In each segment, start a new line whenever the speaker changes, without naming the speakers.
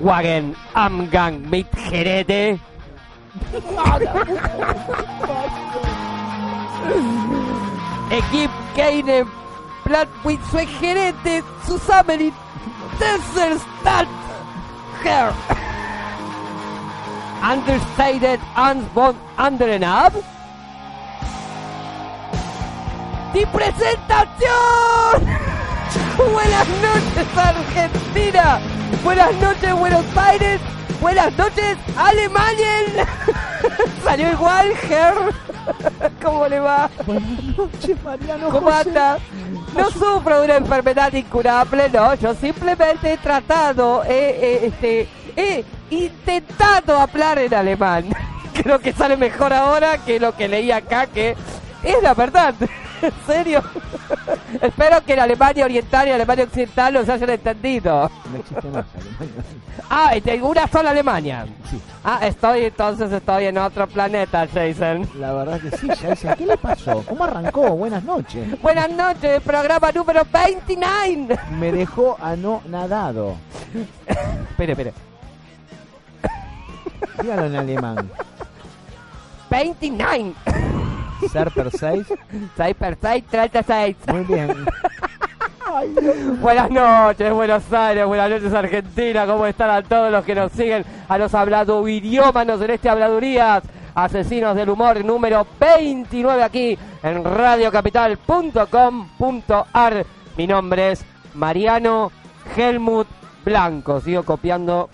Wagen Amgang mit Gerede. Equip Keine Blattwitz Gerede Zusammen Tesselstadt Herr. Understated and von anderen ab. ¡Y presentación! Buenas noches, Argentina. Buenas noches, Buenos Aires. Buenas noches, Alemania. Salió igual, Ger. ¿Cómo le va?
Buenas noches, Mariano
¿Cómo
José.
anda? No sufro de una enfermedad incurable, no. Yo simplemente he tratado, he, he, este, he intentado hablar en alemán. Creo que sale mejor ahora que lo que leí acá, que es la verdad. En serio. Espero que en Alemania Oriental y Alemania Occidental los hayan entendido.
No existe más Alemania.
Ah, y tengo una sola Alemania.
Sí,
Ah, estoy entonces estoy en otro planeta, Jason.
la verdad que sí, ya decía, ¿qué le pasó? ¿Cómo arrancó? Buenas noches.
Buenas noches, programa número 29.
Me dejó a no nadado.
Espere, espere.
Dígalo en alemán.
29.
Serper 6.
6 per 6, 36.
Muy bien.
Buenas noches, Buenos Aires, buenas noches, Argentina. ¿Cómo están a todos los que nos siguen? A los hablado idiomanos en este Habladurías, Asesinos del Humor número 29 aquí en radiocapital.com.ar. Mi nombre es Mariano Helmut Blanco. Sigo copiando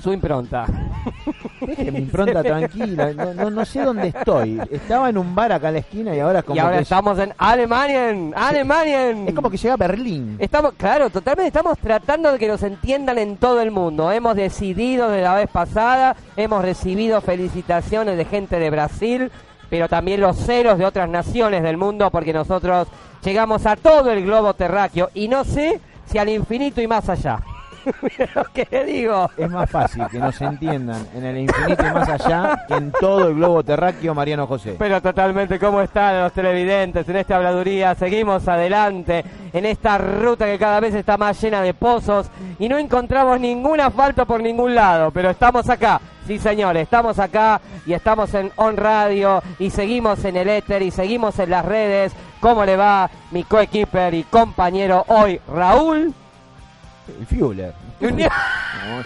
su impronta.
Deje mi impronta tranquila. No, no, no sé dónde estoy. Estaba en un bar acá en la esquina y ahora como
y ahora
que
estamos en Alemania, Alemania.
es como que llega a Berlín.
Estamos, claro, totalmente estamos tratando de que nos entiendan en todo el mundo. Hemos decidido de la vez pasada, hemos recibido felicitaciones de gente de Brasil, pero también los ceros de otras naciones del mundo, porque nosotros llegamos a todo el globo terráqueo y no sé si al infinito y más allá. Mira lo que digo.
Es más fácil que nos entiendan en el infinito y más allá que en todo el globo terráqueo Mariano José.
Pero totalmente, ¿cómo están los televidentes en esta habladuría? Seguimos adelante en esta ruta que cada vez está más llena de pozos y no encontramos ningún asfalto por ningún lado, pero estamos acá, sí señores, estamos acá y estamos en On Radio y seguimos en el éter y seguimos en las redes. ¿Cómo le va mi coequiper y compañero hoy, Raúl?
El Fuller.
El
No sé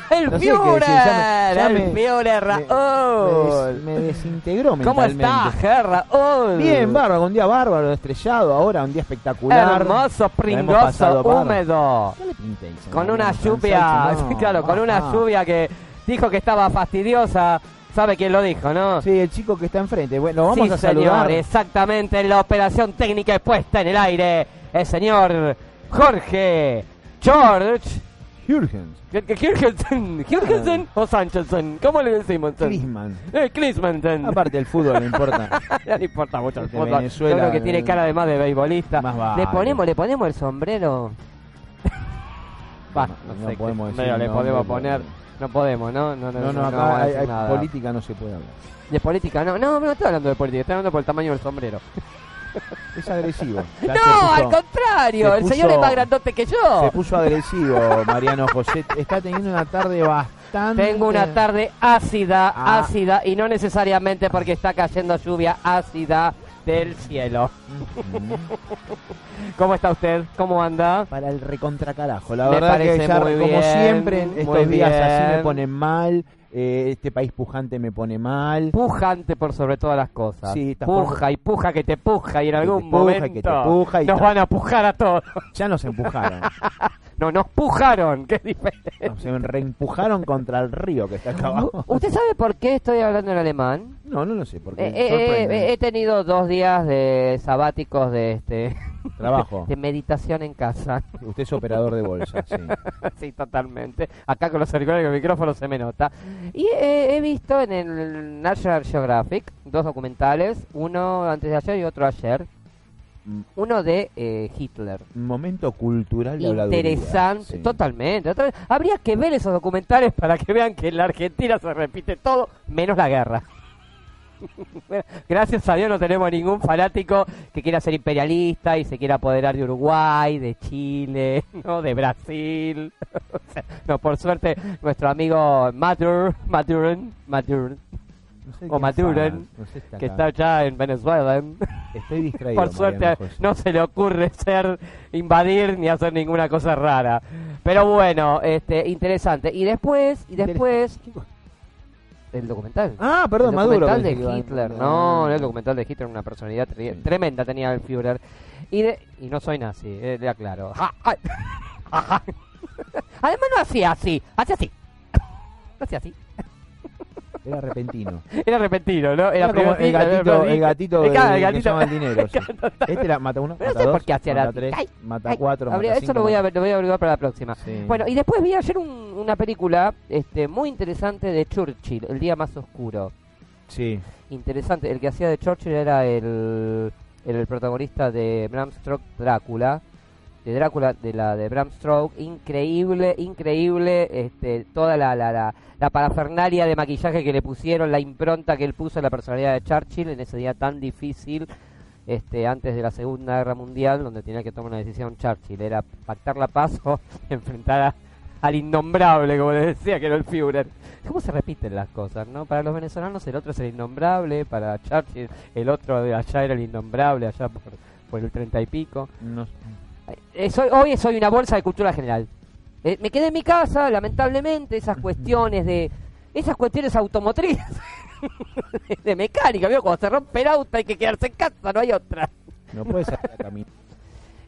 qué decir,
Führer,
ya me- ya
el
me-
Führer
me-
Raúl.
Me, des- me desintegró
Oh. ¿Cómo
mentalmente.
estás, eh, Raúl?
Bien, bárbaro, un día bárbaro, estrellado, ahora un día espectacular.
Hermoso,
La hemos pasado
pringoso,
bárbaro.
húmedo.
¿Qué le pinté, señor?
Con una
No,
lluvia,
cansancio, no.
claro, con una
Ajá.
lluvia que dijo que estaba fastidiosa. ¿Sabe quién lo dijo, no?
Sí, el chico que está enfrente. Bueno, vamos
Sí,
a
señor,
saludar.
exactamente. La operación técnica es puesta en el aire. El señor Jorge George.
Jürgens.
Jürgensen,
Ah.
Jürgensen o Sanchelson, ¿cómo le decimos?
Griezmann.
Eh, Klinsmann.
Aparte el fútbol, no importa.
No le importa mucho el
De
fútbol.
Venezuela,
Yo creo que tiene
eh,
cara además de beisbolista.
más vale.
Le ponemos, le ponemos el sombrero. Va, no,
No
sé qué
podemos decir
medio le
nombre,
podemos
pero-
poner. No podemos, ¿no? No,
No, no,
vamos
acá
a
hay,
decir
hay
nada.
política no se puede hablar.
De política, no, no, no estoy hablando de política, estoy hablando por el tamaño del sombrero.
Es agresivo. Ya se
No, al
puso-
contrario,
se
el señor es
puso-
más grandote que yo.
Se puso agresivo Mariano José. Está teniendo una tarde bastante.
Tengo una tarde ácida,
Ah.
ácida, y no necesariamente porque está cayendo lluvia ácida del cielo. ¿Cómo está usted? ¿Cómo anda?
para el recontracarajo. La
Me
verdad que
parece
ya,
muy
como
bien,
siempre, en
muy
estos días así me
bien.
ponen mal. eh, este país pujante me pone mal.
pujante por sobre todas las cosas.
Sí, estás
puja y puja que te puja y en
Que te
algún
puja y
momento
que te puja y
nos
ta-
van a pujar a todos.
Ya nos empujaron.
No, nos pujaron, qué diferente.
nos em, reempujaron contra el río que está acá abajo.
¿Usted sabe por qué estoy hablando en alemán?
No, no lo sé. Porque
Eh, eh, eh,
sorprende.
he tenido dos días de sabáticos de este
Trabajo.
de meditación en casa.
Usted es operador de bolsa, sí.
sí, totalmente. Acá con los auriculares y con el micrófono se me nota. Y eh, he visto en el National Geographic dos documentales, uno antes de ayer y otro ayer.
Mm,
Uno de eh, Hitler.
Momento cultural de habladuría,
interesante,
sí.
totalmente. Otra vez, Habría que ver esos documentales para que vean que en la Argentina se repite todo, menos la guerra. Bueno, Gracias a Dios no tenemos ningún fanático que quiera ser imperialista y se quiera apoderar de Uruguay, de Chile, ¿no? de Brasil. O sea, no, por suerte, nuestro amigo Matur, Maturin, Maturin,
No sé
O
qué me
Maturin,
pasa, no sé, está
que
acá.
está ya en Venezuela.
Estoy distraído.
Por
Mariano
suerte
José.
no se le ocurre ser invadir ni hacer ninguna cosa rara. Pero bueno, este interesante. Y después, y después el documental.
Ah, perdón,
el
Maduro.
documental
pensé que
de
iba-
Hitler. No, no, el documental de Hitler, una personalidad tre-
Sí.
tremenda tenía el Führer. Y, de- y no soy nazi, eh, le aclaro.
Ah,
Ja, ay. Ajá. Además no hacía así, hacía así. No hacía así.
Era repentino.
Era repentino, ¿no? Era,
Era como el
privatista, era
gatito, el
privatista.
gatito,
Eh, claro,
de-
el
que
gatito.
llama el dinero. sí. Este era mata uno,
Pero no
mata
sé
dos,
por qué hacía
mata
la-
tres,
Ay,
mata
ay,
cuatro,
habría-
mata
Eso
cinco.
lo voy, a,
mata-
ver- lo voy a averiguar para la próxima.
Sí.
Bueno, y después vi ayer un- una película este, muy interesante de Churchill, El Día Más Oscuro.
Sí.
Interesante, el que hacía de Churchill era el, el protagonista de Bram Stoker Drácula. De Drácula, de la de Bram Stoker, increíble, increíble, este, toda la, la, la, la parafernalia de maquillaje que le pusieron, la impronta que él puso en la personalidad de Churchill en ese día tan difícil, este, antes de la Segunda Guerra Mundial, donde tenía que tomar una decisión Churchill, era pactar la paz o enfrentar a- al innombrable, como le decía que era el Führer. ¿Cómo se repiten las cosas, no? Para los venezolanos el otro es el innombrable, para Churchill el otro de allá era el innombrable, allá por, por el treinta y pico.
No-
Eh, soy- hoy soy una bolsa de cultura general. Eh, me quedé en mi casa, lamentablemente, esas cuestiones de... Esas cuestiones automotrices, de mecánica, ¿vio? Cuando se rompe el auto hay que quedarse en casa, no hay otra.
No puede salir a caminar.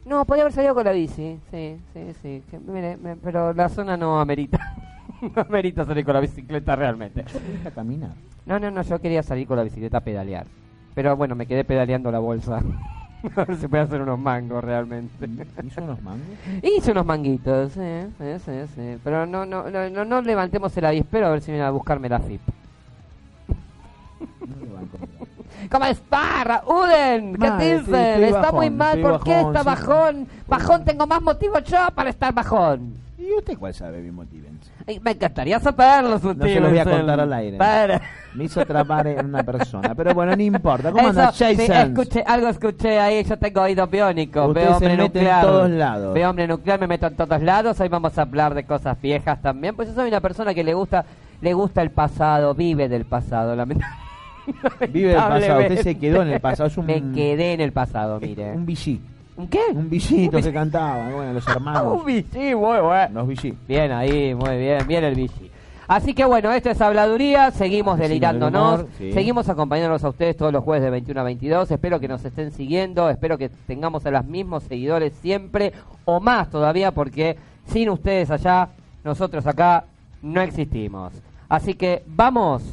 No, podría haber salido con la bici, sí, sí, sí. que- mire, me- pero la zona no amerita. No amerita salir con la bicicleta realmente.
Yo me dejé a caminar.
No, no, no, yo quería salir con la bicicleta a pedalear. Pero bueno, me quedé pedaleando la bolsa. A ver si puede hacer unos mangos realmente.
¿Hizo unos mangos?
Hice unos manguitos, sí, sí, sí, sí. Pero no, no, no, no, no levantemos el avispero a ver si vienen a buscarme la FIP.
No lo banco, mira.
¡Como esparra! ¡Uden! ¿Qué
Mal, sí,
dicen?
estoy
Está
bajón,
muy mal.
estoy
¿Por qué
bajón,
está
sí.
bajón? Bajón, tengo más motivo yo para estar bajón.
¿Y usted cuál sabe, mi motivense?
Ay, Me encantaría saber los motivos.
No se los voy a contar
eh.
al aire.
Para.
Me hizo atrapar en una persona. Pero bueno, no importa. ¿Cómo anda
Eso, sí,
Jason?
escuché, algo escuché ahí, yo tengo oído biónico,
Usted
veo
se
hombre
mete en
nuclear.
todos lados.
Veo hombre nuclear, me meto en todos lados, hoy vamos a hablar de cosas viejas también, pues yo soy una persona que le gusta, le gusta el pasado, vive del pasado, lamenta-
Vive el pasado. Usted se
lamentablemente.
quedó en el pasado. Es un,
Me quedé en el pasado, mire.
un bichí.
¿Un qué?
Un bichito que cantaba. Bueno, los
Ah,
hermanos.
un bici, muy bueno.
Los bichí.
Bien ahí, muy bien, bien el bici. Así que bueno, esto es Habladuría, seguimos
Vecino
delirándonos,
del humor, sí.
seguimos acompañándonos a ustedes todos los jueves de 21 a 22, espero que nos estén siguiendo, espero que tengamos a los mismos seguidores siempre o más todavía porque sin ustedes allá, nosotros acá no existimos. Así que vamos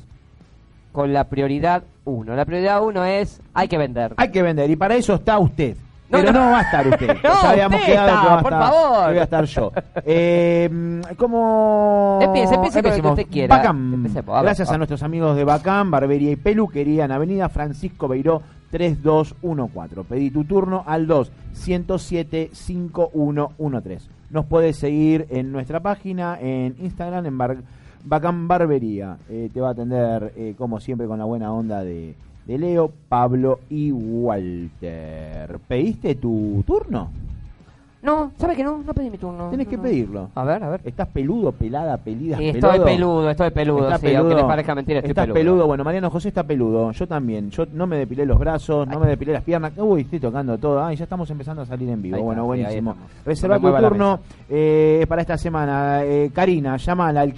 con la prioridad uno. La prioridad uno es hay que vender.
Hay que vender. Y para eso está usted.
No,
Pero
no.
no, va a estar usted.
No,
Ya habíamos
usted
quedado
está,
que va a
por
estar-
favor.
que voy a estar yo. Eh, ¿Cómo?
Empiece, empiece con lo que
Empecemos.
usted quiera.
Bacam.
Empecemos, a ver,
Gracias
a
a
ver.
nuestros amigos de Bacam, Barbería y Peluquería en Avenida Francisco Beiró 3214. Pedí tu turno al 2 107 5113. Nos puedes seguir en nuestra página, en Instagram, en Bar- Bacam Barbería. Eh, te va a atender, eh, como siempre, con la buena onda de, de Leo, Pablo y Walter. ¿Pediste tu turno?
No, ¿sabe que no? No pedí mi turno.
Tenés
No,
que
no.
pedirlo.
A ver, a ver.
¿Estás peludo, pelada, pelida?
Sí, estoy
peludo?
peludo, estoy peludo,
Está
sí, aunque les parezca mentira, estoy
Está
peludo.
Bueno, Mariano José está peludo. Yo también. Yo no me depilé los brazos, no
Ay.
me depilé las piernas. Uy, estoy tocando todo. Ay, ya estamos empezando a salir en vivo.
Ahí está,
bueno,
sí,
buenísimo.
ahí estamos.
Reserva
No me
tu
mueva la
turno eh, para esta semana. Eh, Karina, llámala al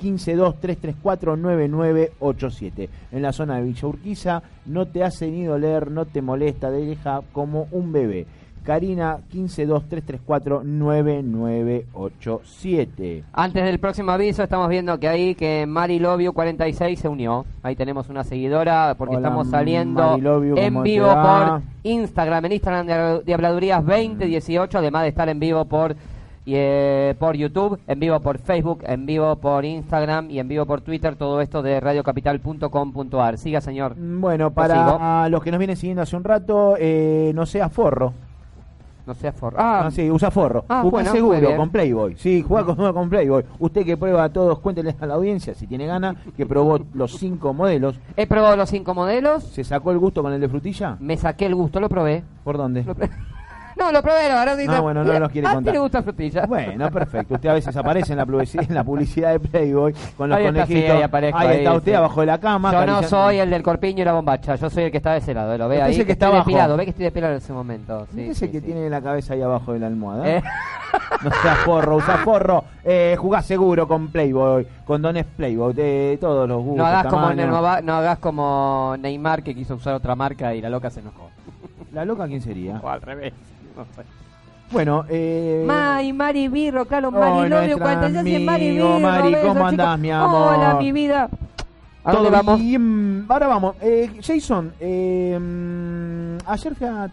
1523349987. En la zona de Villa Urquiza. No te hace ni doler, no te molesta, te deja como un bebé. Karina, 1523349987.
Antes del próximo aviso, estamos viendo que ahí que Mari Lovio 46 se unió. Ahí tenemos una seguidora porque
Hola,
estamos saliendo
Mari Lovio,
en
¿cómo te
vivo por
va?
Instagram, en Instagram de, de Habladurías 2018, además de estar en vivo por y, eh, por YouTube, en vivo por Facebook, en vivo por Instagram y en vivo por Twitter, todo esto de radiocapital.com.ar. Siga, señor.
Bueno,
sigo.
para los que nos vienen siguiendo hace un rato, eh, no sea forro.
No sea forro. Ah,
No, sí, usa forro.
Ah,
Jugá
bueno, muy
seguro
bien.
con Playboy. Sí, juega con, con Playboy. Usted que prueba a todos, cuéntele a la audiencia si tiene gana, que probó los cinco modelos.
he probado los cinco modelos.
¿Se sacó el gusto con el de frutilla?
Me saqué el gusto, lo probé.
¿Por dónde?
Lo probé. No, lo probé, no, ahora sí.
No, Ah, bueno, no nos quiere
¿A ti
contar.
le gusta frutilla?
Bueno, perfecto. Usted a veces aparece en la publicidad, en la publicidad de Playboy con los
Ahí está, sí,
conejitos.
ahí aparezco,
Ahí
ahí,
está usted
sí.
abajo de la cama.
Yo no
acariciando-
soy el del corpiño y la bombacha, yo soy el que está de ese lado, lo ve
Usted
ahí.
Este es el que está
estoy
abajo.
depilado, ve que estoy depilado en ese momento.
¿Qué
Sí,
es
sí,
el que
sí.
tiene la cabeza ahí abajo de la almohada?
Eh,
No sea forro, usa forro. Eh, jugá seguro con Playboy, con dones Playboy, de todos los gustos.
no, hagas como,
tamaños.
no va- no hagas como Neymar que quiso usar otra marca y la loca se enojó.
¿La loca quién sería?
O al revés. no sé.
Bueno, eh...
Mari, Mari Birro, claro,
Ay,
Marilorio,
nuestra
46 en Mari
Oh, amigo,
Birro.
Mari,
besos,
¿cómo
chicos.
andás, mi amor?
Hola, mi vida.
¿A dónde
todo
vamos?
bien. Ahora vamos. Eh, Jason, eh, mm, ayer fui a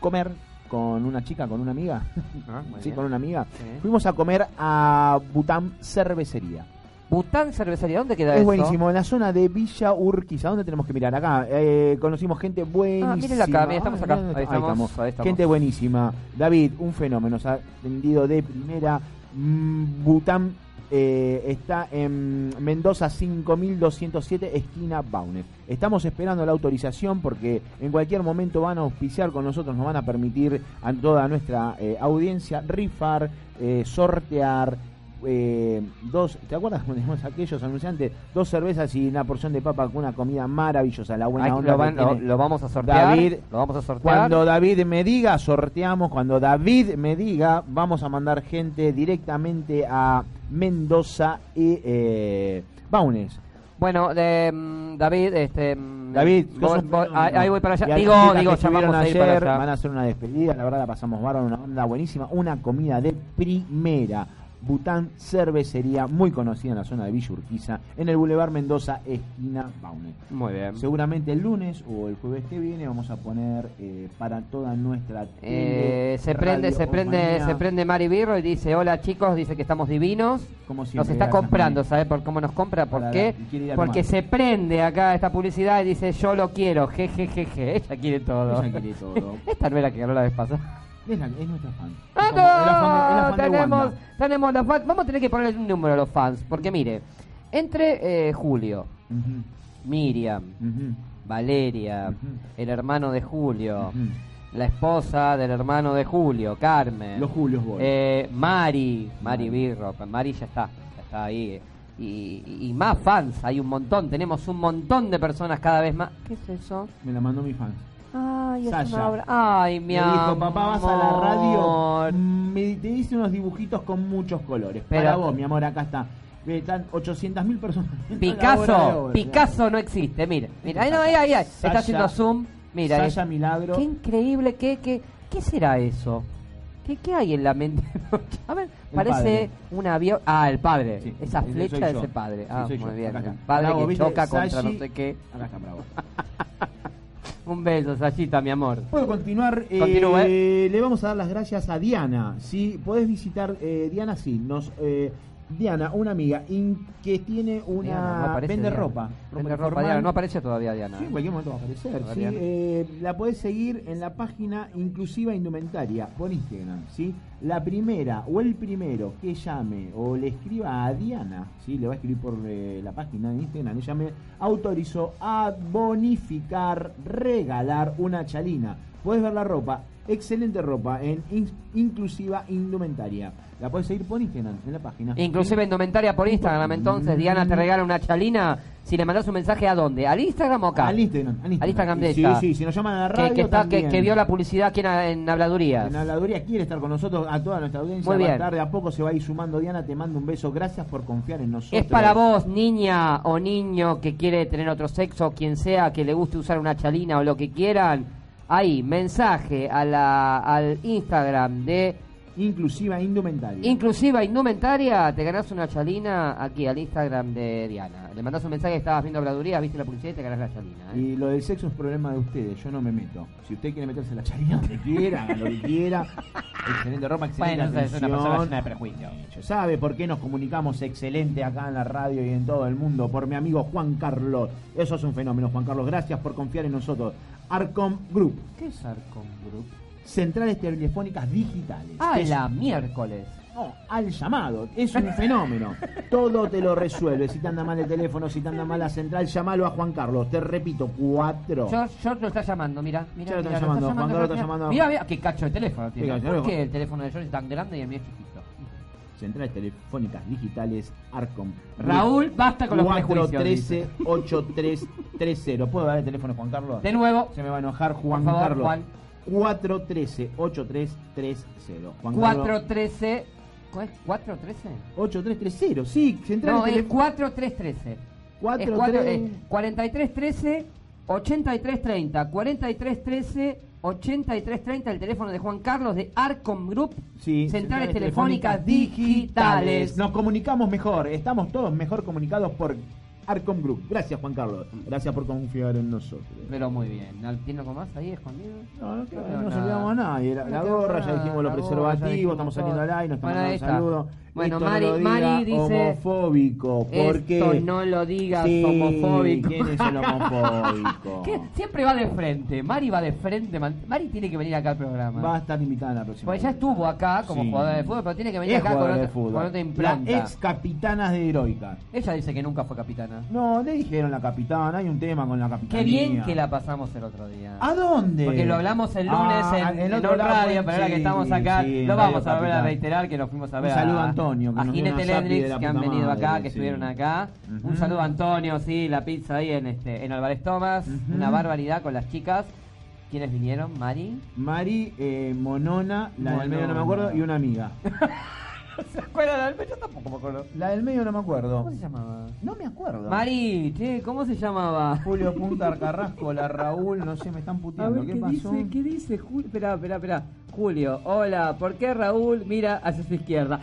comer con una chica, con una amiga.
Ah, muy
sí,
bien.
con una amiga.
Sí.
Fuimos a comer a Bután Cervecería.
Bután Cervecería, ¿dónde queda
es
eso?
buenísimo. En la zona de Villa Urquiza. ¿Dónde tenemos que mirar? Acá. eh, conocimos gente buenísima.
Ah, mírela acá, mira, estamos
Ah,
acá.
mirá dónde
Ahí
está.
estamos, ahí estamos.
Gente buenísima. David, un fenómeno. Se ha vendido de primera. Mm, Bután eh, está en Mendoza 5207, esquina Baunet. Estamos esperando la autorización porque en cualquier momento van a auspiciar con nosotros, nos van a permitir a toda nuestra eh, audiencia rifar, eh, sortear. eh, dos, ¿te acuerdas cuando teníamos aquellos anunciantes? Dos cervezas y una porción de papa con una comida maravillosa, la buena
Ahí
onda
lo,
que
van- lo-
tiene.
lo vamos a sortear.
David,
lo vamos a sortear.
Cuando David me diga, sorteamos. Cuando David me diga, vamos a mandar gente directamente a Mendoza y eh, Baunes.
Bueno, de, mm, David, este. mm,
David,
vos-
sos un
vos-
fenómeno.
ahí, ahí voy para
Y
allá.
a
Digo,
las chicas
digo,
que
ya vamos a ir
estuvieron
para
ayer,
allá.
Van a hacer una despedida, la verdad la pasamos bárbaro, una onda buenísima, una comida de primera. Bután Cervecería, muy conocida en la zona de Villa Urquiza, en el Boulevard Mendoza, esquina Baunes.
Muy bien.
Seguramente el lunes o el jueves que viene vamos a poner eh, para toda nuestra
Eh,
tele,
se prende,
radio
se prende,
Omanía.
se prende Mari Birro y dice, hola chicos, dice que estamos divinos.
Como
Nos
siempre,
está
gracias,
comprando,
Mari.
¿sabes por cómo nos compra? ¿Por
Para
qué?
la- y quiere ir a
Porque se
tomar.
prende acá esta publicidad y dice, yo lo quiero, jejejeje, ella quiere todo.
Ella quiere todo.
Esta no era que ganó la vez pasada.
Es, la- es nuestra fan.
Ah,
Es la
no,
fan de- es la fan de
tenemos,
Wanda.
tenemos los fans. Vamos a tener que ponerle un número a los fans, porque mire, entre eh, Julio,
Ujú,
Miriam,
ujú.
Valeria,
Ujú.
el hermano de Julio,
Ujú.
la esposa del hermano de Julio, Carmen.
Los Julios Boy.
Eh, Mari, Mari
Mari.
Birro, Mari ya está, ya está ahí. eh. Y, y- y más fans, hay un montón, tenemos un montón de personas cada vez más. ¿Qué es eso?
Me la mandó mi fan.
Ay, es
Sasha.
una obra.
Ay, mi
Me dijo,
amor.
papá, vas a la radio. mm, Me, te hice unos dibujitos con muchos colores.
Pero-
Para vos, mi amor, acá está. Ve, Están 800.000 personas. viendo la obra de
Picasso,
obra.
Picasso no existe, mira, mira, ahí, no, ahí, ahí, ahí. está
Sasha-
haciendo zoom, mira. ahí.
Sasha Milagro.
Qué increíble, qué, qué, qué será eso? ¿Qué, qué hay en la mente? A ver,
El
parece
padre.
un avión. Ah, el padre.
Sí,
Esa
ese soy
flecha de
yo.
ese padre.
Ese
Ah,
soy
muy
yo.
bien.
Acá
El
está.
padre
Bravo,
que
¿viste?
choca contra no
Sashi-
sé qué.
Acá está, bravo.
Un beso, Sayita, mi amor.
Puedo continuar. eh,
Continúe.
le vamos a dar las gracias a Diana. ¿sí? Podés visitar eh, Diana, sí. Nos, eh, Diana, una amiga in- que tiene una.
Diana, aparece
vende
Diana.
ropa.
Vende ropa,
informal.
Diana. No aparece todavía Diana.
Sí, en cualquier momento va a aparecer.
A ver,
¿sí?
Diana.
Eh, la podés seguir en la página Inclusiva Indumentaria por Instagram. ¿sí? La primera o el primero que llame o le escriba a Diana, ¿sí? le va a escribir por eh, la página de Instagram, ella me autorizó a bonificar, regalar una chalina. Podés ver la ropa, excelente ropa en In- Inclusiva Indumentaria. La podés seguir por Instagram, en la página.
Inclusive indumentaria por Instagram, entonces Diana te regala una chalina. Si le mandas un mensaje a dónde, al Instagram o acá.
Al Instagram, al Instagram.
Al Instagram de
Sí,
esta.
sí, si nos llaman a la
Que,
radio
que está, que,
también.
que vio la publicidad aquí en, en habladurías.
En habladuría quiere estar con nosotros, a toda nuestra audiencia.
Muy
va a
bien.
estar, de a poco se va a ir sumando Diana, te mando un beso, gracias por confiar en nosotros.
Es para vos, niña o niño que quiere tener otro sexo, quien sea, que le guste usar una chalina o lo que quieran. Ahí, mensaje a la, al Instagram de
Inclusiva indumentaria.
Inclusiva Indumentaria. Te ganás una chalina aquí al Instagram de Diana. Le mandás un mensaje, estabas viendo habladurías, viste la publicidad y te ganás la chalina. ¿eh?
y lo del sexo es problema de ustedes, yo no me meto. Si usted quiere meterse la charina donde quiera, haga lo que quiera. Excelente ropa, excelente
Bueno, es una persona
atención.
llena de prejuicios.
¿Sabe por qué nos comunicamos excelente acá en la radio y en todo el mundo? Por mi amigo Juan Carlos. Eso es un fenómeno, Juan Carlos. Gracias por confiar en nosotros. Arcom Group.
¿Qué es Arcom Group?
centrales telefónicas digitales.
Ah,
que es-
la miércoles.
no, al llamado. Es un fenómeno. Todo te lo resuelve. Si te anda mal el teléfono, si te anda mal la central, llamalo a Juan Carlos. Te repito, cuatro.
George, George lo está llamando, mira. mira
Ya lo están
mira,
llamando, Juan Carlos lo está
mira.
llamando.
Mira, mira, qué cacho de teléfono tiene.
cacho de
¿Por
teléfono?
qué el teléfono de George es tan grande y el mío es chiquito?
Centrales telefónicas digitales, Arcom.
Raúl, basta con los prejuicios. dice.
413-8330. ¿Puedo dar el teléfono a Juan Carlos?
De nuevo,
Se me va a enojar Juan
Por favor,
Carlos.
Juan.
413-8330. Juan Carlos.
413. ¿Cuál es? ¿413?
8330, sí, centrales
No, es
telefónicas.
4313.
Cuatro,
Es cuatro-
tres.
eh, 4313 8330. 4313 8330, el teléfono de Juan Carlos de Arcom Group.
Sí,
centrales, telefónicas, digitales.
Nos comunicamos mejor, estamos todos mejor comunicados por Arcom Group. Gracias, Juan Carlos.
Mm.
Gracias por confiar en nosotros.
Pero muy bien. ¿No- ¿Tiene algo más ahí escondido?
No, no, queda-
No,
no
nada.
saludamos a nadie. La,
No
la
quedó
gorra, ya
nada,
dijimos los
la gorra, ya
preservativos,
dijimos
estamos
todo.
saliendo al aire, nos estamos
Bueno,
mandando
ahí
un
está.
saludo.
Bueno,
Esto no
Mari-
lo diga
Mari dice-
homofóbico, porque...
Esto no lo digas
Sí,
homofóbico.
¿Quién es el homofóbico?
¿Qué? Siempre va de frente. Mari va de frente. man- Mari tiene que venir acá al programa.
Va a estar invitada en la próxima.
Pues ya estuvo acá como
Sí.
jugadora de fútbol, pero tiene que venir
Es
acá con
jugadora
otra,
de fútbol.
con otra
La
implanta.
ex capitana de Heroica.
Ella dice que nunca fue capitana.
No, le dijeron la capitana, hay un tema con la capitana.
Qué bien que la pasamos el otro día.
¿A dónde?
Porque lo hablamos el lunes
Ah,
en,
el
en
otro
On
lado,
Radio,
sí,
pero ahora que estamos acá,
sí, en
lo vamos
Radio
a volver a
Capital.
reiterar que nos fuimos a
Un
ver
saludo a
a
Antonio, que
a
nos dio
Jinete
una zapi de
Electric
la
que
puta
han venido
madre,
acá, que
sí.
estuvieron acá.
Ujú.
Un saludo a Antonio, sí, la pizza ahí en este en Álvarez Tomás,
Ujú.
una barbaridad con las chicas. ¿Quiénes vinieron? Mari.
Mari, eh, Monona, la del medio no
Monona.
me acuerdo, y una amiga.
¿Se acuerdan? Yo tampoco me acuerdo.
La del medio no me acuerdo.
¿Cómo se llamaba?
No me acuerdo.
Mari, che, ¿cómo se llamaba?
Julio Punta Carrasco, la Raúl, no sé, me están
A
puteando.
ver, ¿qué,
¿Qué, pasó?
dice? ¿Qué dice Julio? Espera, espera, espera. Julio, hola, ¿por qué Raúl mira hacia su izquierda?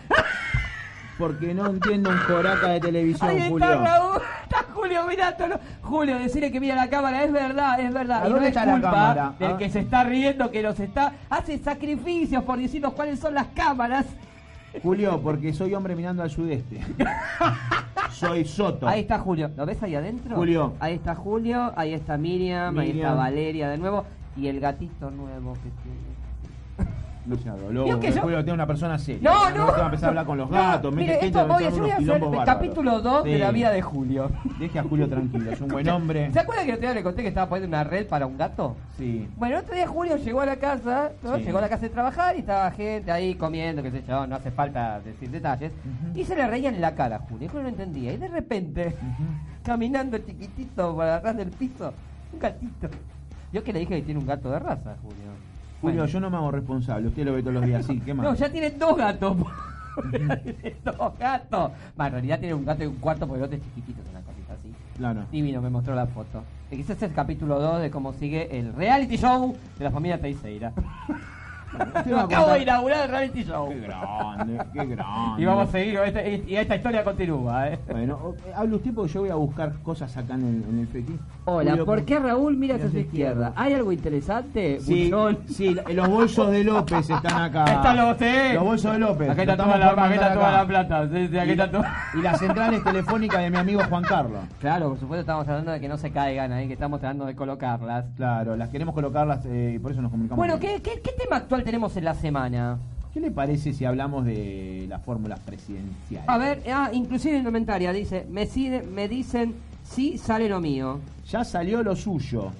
Porque no entiendo un coraca de televisión,
Ahí está
Julio.
Raúl, está Julio mirándolo. Julio, decirle que mira la cámara, es verdad, es
¿A
verdad. Y no
dónde
es
está la cámara?
culpa del
Ah.
que se está riendo, que nos está. Hace sacrificios por decirnos cuáles son las cámaras.
Julio, porque soy hombre mirando al sudeste. soy Soto.
Ahí está Julio. ¿Lo ves ahí adentro?
Julio.
Ahí está Julio, ahí está Miriam, ahí
Miriam.
está Valeria de nuevo y el gatito nuevo que tiene.
No sea dolor,
Vio que
eh,
yo-
Julio, tiene una persona seria.
No,
Me
no.
gusta empezar a hablar con los gatos,
No,
mete
mire,
gente,
esto voy,
metemos
yo voy a
unos
hacer
quilombos
el
bárbaros.
capítulo 2 de
Sí.
la vida de Julio.
Deje a Julio tranquilo, es un buen hombre.
¿Se acuerdan que el otro día le conté que estaba poniendo una red para un gato?
Sí.
Bueno, el otro día Julio llegó a la casa, ¿no?
Sí.
llegó a la casa de trabajar y estaba gente ahí comiendo, qué sé yo, no hace falta decir detalles.
Ujú.
Y se le reían en la cara a Julio, Julio no entendía. Y de repente, caminando chiquitito por atrás del piso, un gatito. Yo que le dije que tiene un gato de raza, Julio.
Julio,
Bueno.
yo no me hago responsable, usted lo ve todos los días así, ¿qué más?
No, ya tienen dos gatos. Tienen dos gatos. Bueno, en realidad tienen un gato y un cuarto porque el otro es chiquitito, es una cosita así.
Claro.
Divino, me mostró la foto. Y quizás es el capítulo 2 de cómo sigue el reality show de la familia Teixeira.
Usted
Lo
va a
acabo de
contar-
inaugurar el reality show.
Qué grande, qué grande.
Y vamos a seguir, con esta- y y esta historia continúa, ¿eh?
Bueno, o- eh, hable usted porque yo voy a buscar cosas acá en el, en el FX. Julio,
Raúl mira
hacia su izquierda?
¿Hay algo interesante?
Sí, sí, la- los bolsos de López están acá.
Acá están los, sí.
Los bolsos de López.
Acá
lo
está
estamos
toda la,
por
acá está
mandar
toda
acá.
la plata. sí, sí, acá
Y,
está toda-
y las centrales telefónicas de mi amigo Juan Carlos.
Claro, por supuesto, estamos hablando de que no se caigan ahí, que estamos tratando de colocarlas.
Claro, las queremos colocarlas eh, y por eso nos comunicamos.
Bueno,
con
¿qué,
él.
qué, qué tema actual tenemos en la semana?
¿Qué le parece si hablamos de las fórmulas presidenciales?
A ver, ah, inclusive indumentaria, dice, me, side- me dicen sí sale lo mío.
Ya salió lo suyo.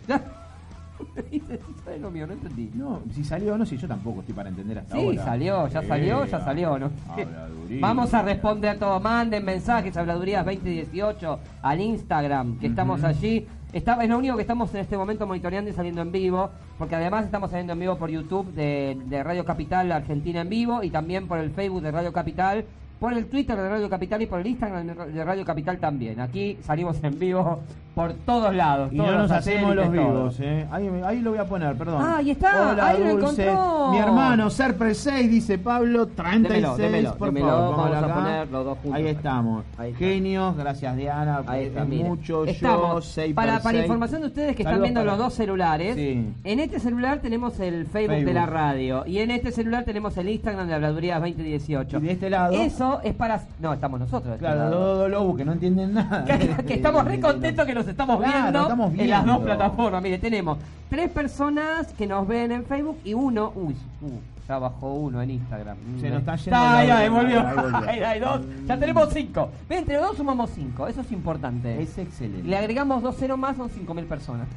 Me dice sí sale lo mío, no entendí.
No, si salió o no, si yo tampoco estoy para entender hasta
Sí,
ahora.
salió, ya
Sí,
salió, ya
ah,
salió, ¿no?
habladuría.
Vamos a responder a todo, manden mensajes, habladurías 2018 al Instagram, que estamos
Ujú.
allí. Está, es lo único que estamos en este momento monitoreando y saliendo en vivo, porque además estamos saliendo en vivo por YouTube de, de Radio Capital Argentina en vivo y también por el Facebook de Radio Capital, por el Twitter de Radio Capital y por el Instagram de Ra- de Radio Capital también. Aquí salimos en vivo por todos lados.
Y
todos
no nos hacemos los
satélites, todo.
vivos, ¿eh? Ahí, ahí lo voy a poner, perdón.
Ah, ahí está,
Hola,
ahí lo
Dulce.
encontró.
Mi hermano, Serper 6, dice Pablo, 36.
Démelo, démelo,
por
démelo,
favor,
vamos
póngalo
a
acá.
poner los dos juntos.
Ahí estamos.
Ahí está.
Genios, gracias Diana.
Ahí está,
eh,
mire.
mucho yo,
Estamos,
6
para, para información de ustedes que están
Saludos
viendo
para-
los dos celulares,
Sí.
en este celular tenemos el Facebook,
Facebook.
de la radio y en este celular tenemos el Instagram de Habladurías 2018.
Y de este lado,
Eso lado es para. No, estamos nosotros. de este
Claro,
lado.
los dos lobos que no entienden nada.
Que, que estamos re contentos que nos estamos,
Claro,
viendo
estamos
en las dos
viendo.
plataformas. Mire, tenemos tres personas que nos ven en Facebook y uno. Uy, uh, ya bajó uno en Instagram.
Se nos está yendo
Está, ahí,
la
ahí,
onda,
volvió.
ahí volvió.
Ahí, ahí, dos. Ya tenemos cinco. Ven, entre los dos sumamos cinco. Eso es importante.
Es excelente.
Le agregamos dos cero más, son cinco mil personas.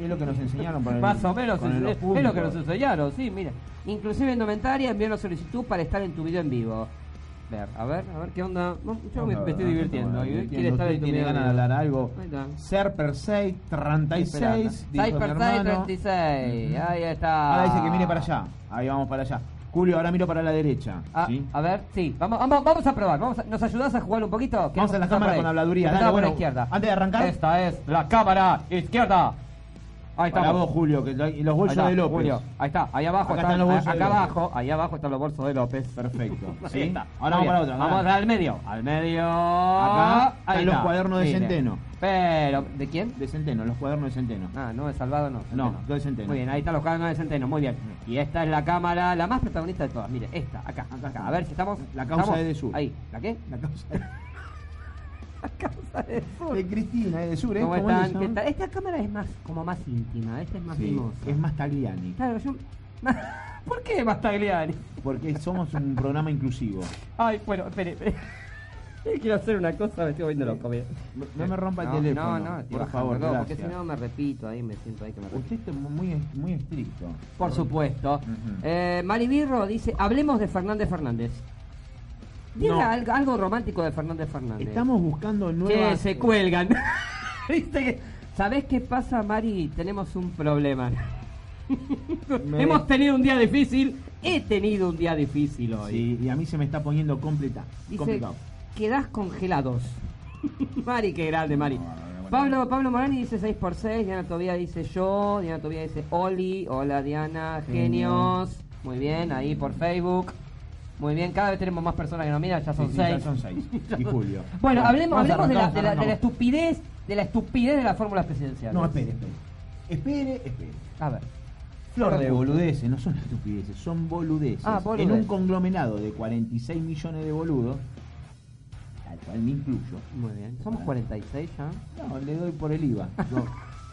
Es lo que nos enseñaron. para el-
Más o menos,
con
es,
los
es- es lo que
puntos.
nos enseñaron, sí, mira. Inclusive indumentaria, envió una solicitud para estar en tu video en vivo. Ver, a ver, a ver qué onda. No, yo me,
Vamos a
me estoy
ver,
divirtiendo.
estamos
y
divirtiendo.
quiere estar
Usted
en tu
tiene
video en
ganas de
vivo.
hablar algo.
Ahí está.
Ser per se, 36. dijo mi
Cyper Side
hermano.
36. Ahí está.
Ahora dice que mire para allá. Ahí vamos para allá. Julio, ahora miro para la derecha.
Ah,
¿sí?
A ver, sí, vamos, vamos, vamos a probar. Vamos a- ¿Nos ayudás a jugar un poquito? Queremos
a la
empezar
cámara
por ahí.
con habladuría.
Empezamos
Dale,
por la
bueno,
izquierda.
antes de arrancar.
Esta es la cámara izquierda. Ahí está.
Para vos, Julio, que lo- y los bolsos
Ahí está,
de López.
Julio. Ahí está, ahí abajo
Acá
están-
están los bolsos
a-
de
acá
López.
abajo, ahí abajo están los bolsos de López.
Perfecto. ¿sí?
Ahí está.
Ahora
Muy bien.
vamos para otra.
Vamos
dale.
al medio. Al medio.
Acá están
Ahí
los
está.
cuadernos de
Mire.
Centeno.
Pero, ¿de quién?
De Centeno, los cuadernos de Centeno.
Ah, no, de Salvado no.
No, todo es Centeno.
Muy bien, ahí están los cuadernos de Centeno, muy bien. Y esta es la cámara, la más protagonista de todas. Mire, esta, acá, acá, acá. A ver si estamos.
La causa
¿estamos?
es de sur.
Ahí, ¿la qué?
La causa
La causa de sur.
de Cristina, eh, de Sur, ¿eh?
¿Cómo
¿Cómo
están?
es, no?
¿Qué tal? Esta cámara es más, como más íntima, esta es más
Sí,
mimosa.
es más Tagliani,
Claro, yo. ¿Por qué más Tagliani?
porque somos un programa inclusivo.
Ay, bueno, espere, espere. Quiero hacer una cosa, me estoy volviendo loco. mira.
No me rompa el
No,
teléfono,
no, estoy
por
bajando,
favor,
no, porque
gracias.
si no me repito ahí, me siento ahí que me repito.
Usted es muy, muy estricto.
Por supuesto.
Ujú.
Eh, Mari Birro dice, hablemos de Fernández Fernández. Diga
No.
algo, algo romántico de Fernández Fernández.
Estamos buscando
Che,
nuevas...
se cuelgan. ¿Viste que- ¿Sabés qué pasa, Mari? Tenemos un problema.
Me-
Hemos tenido un día difícil. He tenido un día difícil hoy.
Sí, y a mí se me está poniendo completa,
Dice,
complicado.
quedás congelados. Mari, qué grande, Mari.
No, no, no, no.
Pablo, Pablo Morani dice 6x6, Diana Tobía dice yo, Diana Tobía dice Oli, hola Diana,
Genio.
genios. Muy bien, ahí por Facebook. Muy bien, cada vez tenemos más personas que nos miran, ya son
Sí, sí, ya
seis.
son seis. Y Julio.
Bueno, hablemos, hablemos
Vamos,
de, la,
arrancamos,
de, la, de la
arrancamos.
estupidez, de la estupidez de las fórmulas presidenciales.
No, espere, espere. Espere, espere.
A ver.
Flor de boludeces, no son estupideces, son boludeces.
Ah, boludeces.
En un conglomerado de 46 millones de boludos, al cual me incluyo,
Muy bien. Somos 46 ya.
no, le doy por el IVA, do-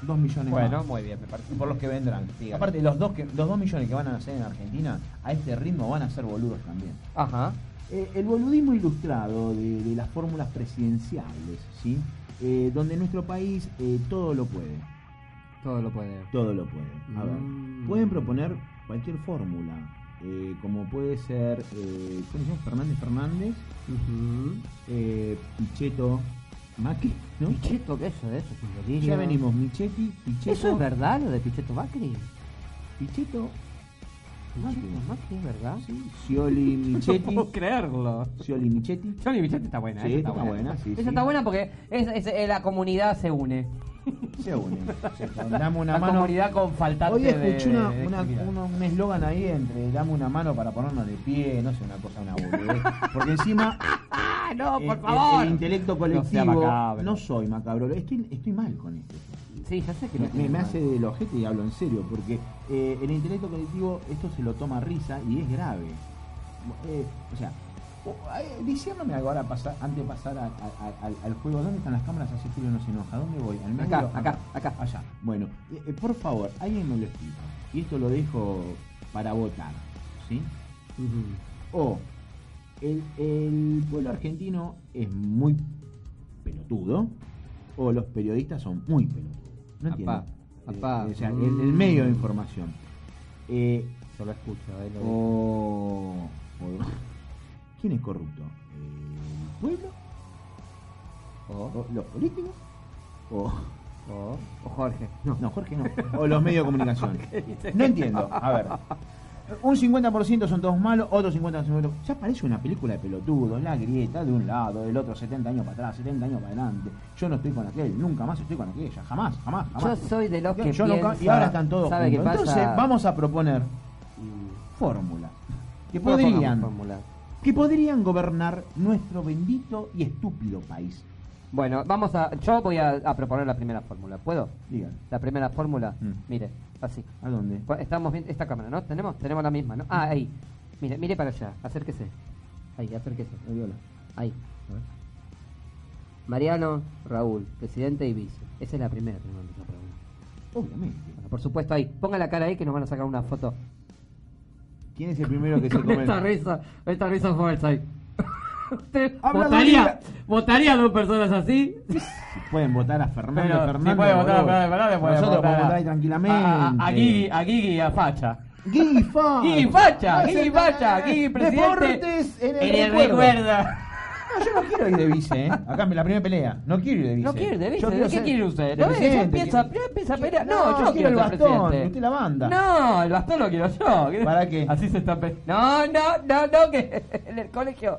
dos millones más.
muy bien, me parece.
Y por los que vendrán.
Sí,
Aparte, los dos, que, los dos millones que van a nacer en Argentina, a este ritmo van a ser boludos también.
Ajá.
Eh, el boludismo ilustrado de, de las fórmulas presidenciales, ¿sí? Eh, donde nuestro país eh, todo lo puede.
Todo lo puede.
Todo lo puede. A ver,
Mm.
pueden proponer cualquier fórmula, eh, como puede ser eh, ¿cómo se llama? Fernández Fernández,
Ujú.
eh, Pichetto Macri, ¿no?
Pichetto, que eso, eso es un delirio.
Ya venimos, Michetti, Pichetto.
¿Eso es verdad lo de Pichetto Macri?
Pichetto, Macri.
Pichetto Macri, ¿es verdad?
sí, Scioli, Michetti.
creerlo.
Scioli, Michetti.
Johnny Pichetto está buena,
Sí,
esa
está buena, sí,
Esa
sí.
está buena porque es, es- eh, la comunidad se une.
Se unen. Se unen. Dame una
la
mano.
comunidad con faltante
Hoy escuché
de-
una-
de- de
una-
actividad.
una- un eslogan ahí entre dame una mano para ponernos de pie, no sé, una cosa, una boludez. Porque encima
¡Ah, no, por
el,
favor!
el- el intelecto
sea
colectivo.
macabro.
no soy macabro, estoy, estoy mal con esto.
Sí, ya sé que
Me,
no
me hace del ojete y hablo en serio, porque eh, el intelecto colectivo esto se lo toma a risa y es grave. Eh, o sea, o- ay, diciéndome algo ahora pasar, antes de pasar a- a- a- al, al juego, ¿dónde están las cámaras? Así Julio no se enoja, ¿dónde voy? ¿Al medio?
Acá, acá, acá.
Allá. Bueno, eh, eh, por favor, alguien me lo explica. Y esto lo dejo para votar, ¿sí? O el, el pueblo argentino es muy pelotudo, o los periodistas son muy pelotudos. No entiendo.
Apá,
Eh,
apá.
o sea, el, el medio de información. Eh,
Yo lo escucho, ahí lo digo.
o, o- ¿Quién es corrupto? ¿El pueblo?
O,
¿O ¿Los políticos? ¿O.?
o, o Oh, Jorge.
No, Jorge no. O los medios de comunicación. No entiendo. A ver. Un 50% son todos malos, otro 50% son malos. Ya parece una película de pelotudos, la grieta de un lado, del otro 70 años para atrás, 70 años para adelante. Yo no estoy con aquel, nunca más estoy con aquella, jamás, jamás,
Yo
jamás.
soy de los que
Yo no ca- y
piensa-
ahora están todos
¿sabe qué
juntos.
pasa?
Entonces, vamos a proponer fórmulas que podrían, que podrían gobernar nuestro bendito y estúpido país.
Bueno, vamos a. Yo voy a, a proponer la primera fórmula. ¿Puedo?
Digan,
La primera fórmula.
Mm.
Mire, así. Pues,
¿a dónde?
Estamos viendo esta cámara, ¿no? Tenemos, tenemos la misma, ¿no? Ah, ahí. Mire, mire para allá. Acérquese. Ahí, acérquese, el viola. Ahí. a ver. Mariano, Raúl, presidente y vice. Esa es la primera que nos empieza a preguntar.
Obviamente.
Bueno, por supuesto, ahí. Ponga la cara ahí que nos van a sacar una foto.
¿Quién es el primero que se
Con esta
come?
risa, esta risa falsa ahí. Usted
Habla
votaría,
Dolina.
votaría a dos personas así.
Pueden votar a Fernando
Pero,
Fernando.
si puede votar a
boludo.
Fernández Fernández, puede
Nosotros
votar
podemos votar ahí
A, a, a Guigui,
tranquilamente.
a Guigui, a Facha.
Guigui Facha.
Guigui Facha,
Vas a
Guigui
estar
Facha,
en-
Guigui presidente.
Deportes en el,
En el
recuerdo.
recuerda.
No, yo no quiero ir de vice, ¿eh? Acá me la primera pelea. No quiero ir de vice.
No quiere, de vice.
Yo
¿De
quiero
¿Qué
ser
quiere usted?
de
No, yo
presidente,
empiezo,
quiero-
yo empiezo a pelear. No, yo
quiero el
ser
bastón.
presidente.
Usted la banda.
No, el bastón lo quiero yo.
¿Para qué?
Así se está pe- No, no, no, no, que en el colegio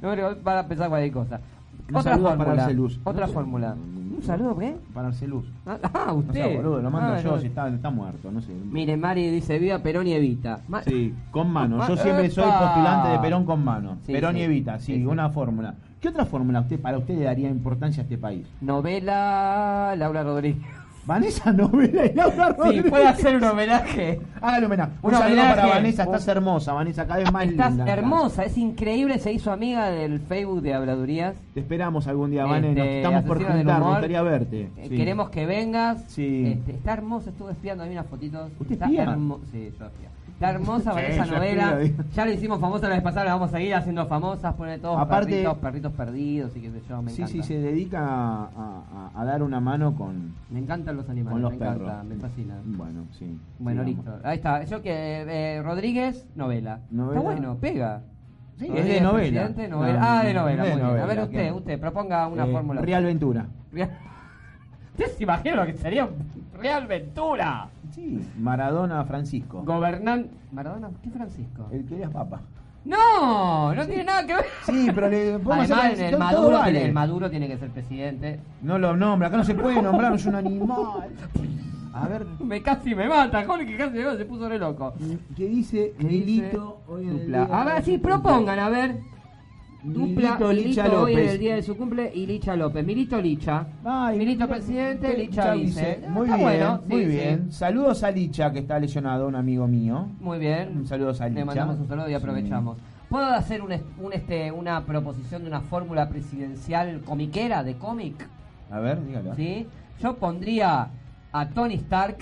no, pero van a pensar cualquier cosa.
Un
otra
saludo para
fórmula.
Arcelus.
Otra fórmula. ¿Un saludo qué?
Para Arceluz.
Ah, ah,
No
usted.
sea boludo, lo mando
Ah,
yo
no.
si está, está muerto, no sé.
Mire, Mari dice: Viva Perón y Evita. Ma-
Sí, con mano. Yo
Ma-
siempre soy
¡Epa!
postulante de Perón con mano.
Sí,
Perón
sí.
y Evita, sí,
Sí, sí.
una fórmula. ¿Qué otra fórmula usted para usted le daría importancia a este país?
Novela Laura Rodríguez.
Vanessa Novela y Laura
Sí,
Rodríguez.
puede hacer un homenaje.
Hágale homenaje. Un,
Un
saludo
homenaje.
para Vanessa,
Un-
estás hermosa, Vanessa, cada vez más
Estás
linda.
hermosa, es increíble. Se hizo amiga del Facebook de Habladurías.
Te esperamos algún día, Vanessa. Nos
Este,
estamos por
asesina del
juntar, me
humor.
gustaría verte.
Eh,
Sí.
Queremos que vengas.
Sí.
Este, está hermosa, estuve espiando ahí unas fotitos.
¿Usted
está
espía?
hermo- Sí, yo espía. Está hermosa
Sí,
Vanessa
yo
novela.
espío, digo.
Ya la hicimos famosa la vez pasada, la vamos a seguir haciendo famosas. Pone todos
Aparte-
perritos, perritos perdidos y qué sé yo. Me
Sí,
encanta.
sí, se dedica a, a- a- a dar una mano con,
Me encantan los animales.
con los
me
perros.
encanta, me fascina.
Bueno, sí.
Bueno,
sigamos.
listo. Ahí está. Yo que eh, Rodríguez, novela.
Novela.
Está bueno, pega.
Sí,
Rodríguez,
es de novela.
presidente, novela.
No,
ah, de
no,
novela.
es de
muy bien. A ver
novela,
usted,
¿qué?
usted proponga una
Eh,
fórmula.
Real Ventura.
Real- ¿Ustedes se imaginan lo que sería un Real Ventura?
Sí, Maradona Francisco. Eh,
Gobernante. Maradona, ¿qué Francisco?
El que era papa.
No, no tiene nada que ver.
Sí, pero le podemos
Además,
hacer-
en el
todo
Maduro,
vale.
tiene, el Maduro tiene que ser presidente.
No lo nombra, acá no se puede nombrar, es un animal. A ver,
Me casi me mata, Jorge, que casi me mata, se puso re loco.
¿qué dice Milito hoy en el
Dupla.
día
A ver,
de
sí,
su cumple?
propongan, a ver. Dupla,
Milito Licha
Milito hoy en
López.
el día de su cumple y Licha López. Milito Licha.
Ay,
Milito
mira,
presidente,
mira,
Licha vice. Ah,
Muy
está
bien,
bueno,
muy
sí,
bien.
sí.
Saludos a Licha, que está lesionado, un amigo mío.
Muy bien.
Un saludo a Licha.
Le mandamos un saludo y
Sí.
aprovechamos. ¿Puedo hacer un, es- un, este, una proposición de una fórmula presidencial comiquera de cómic?
A ver, dígalo.
¿Sí? Yo pondría a Tony Stark,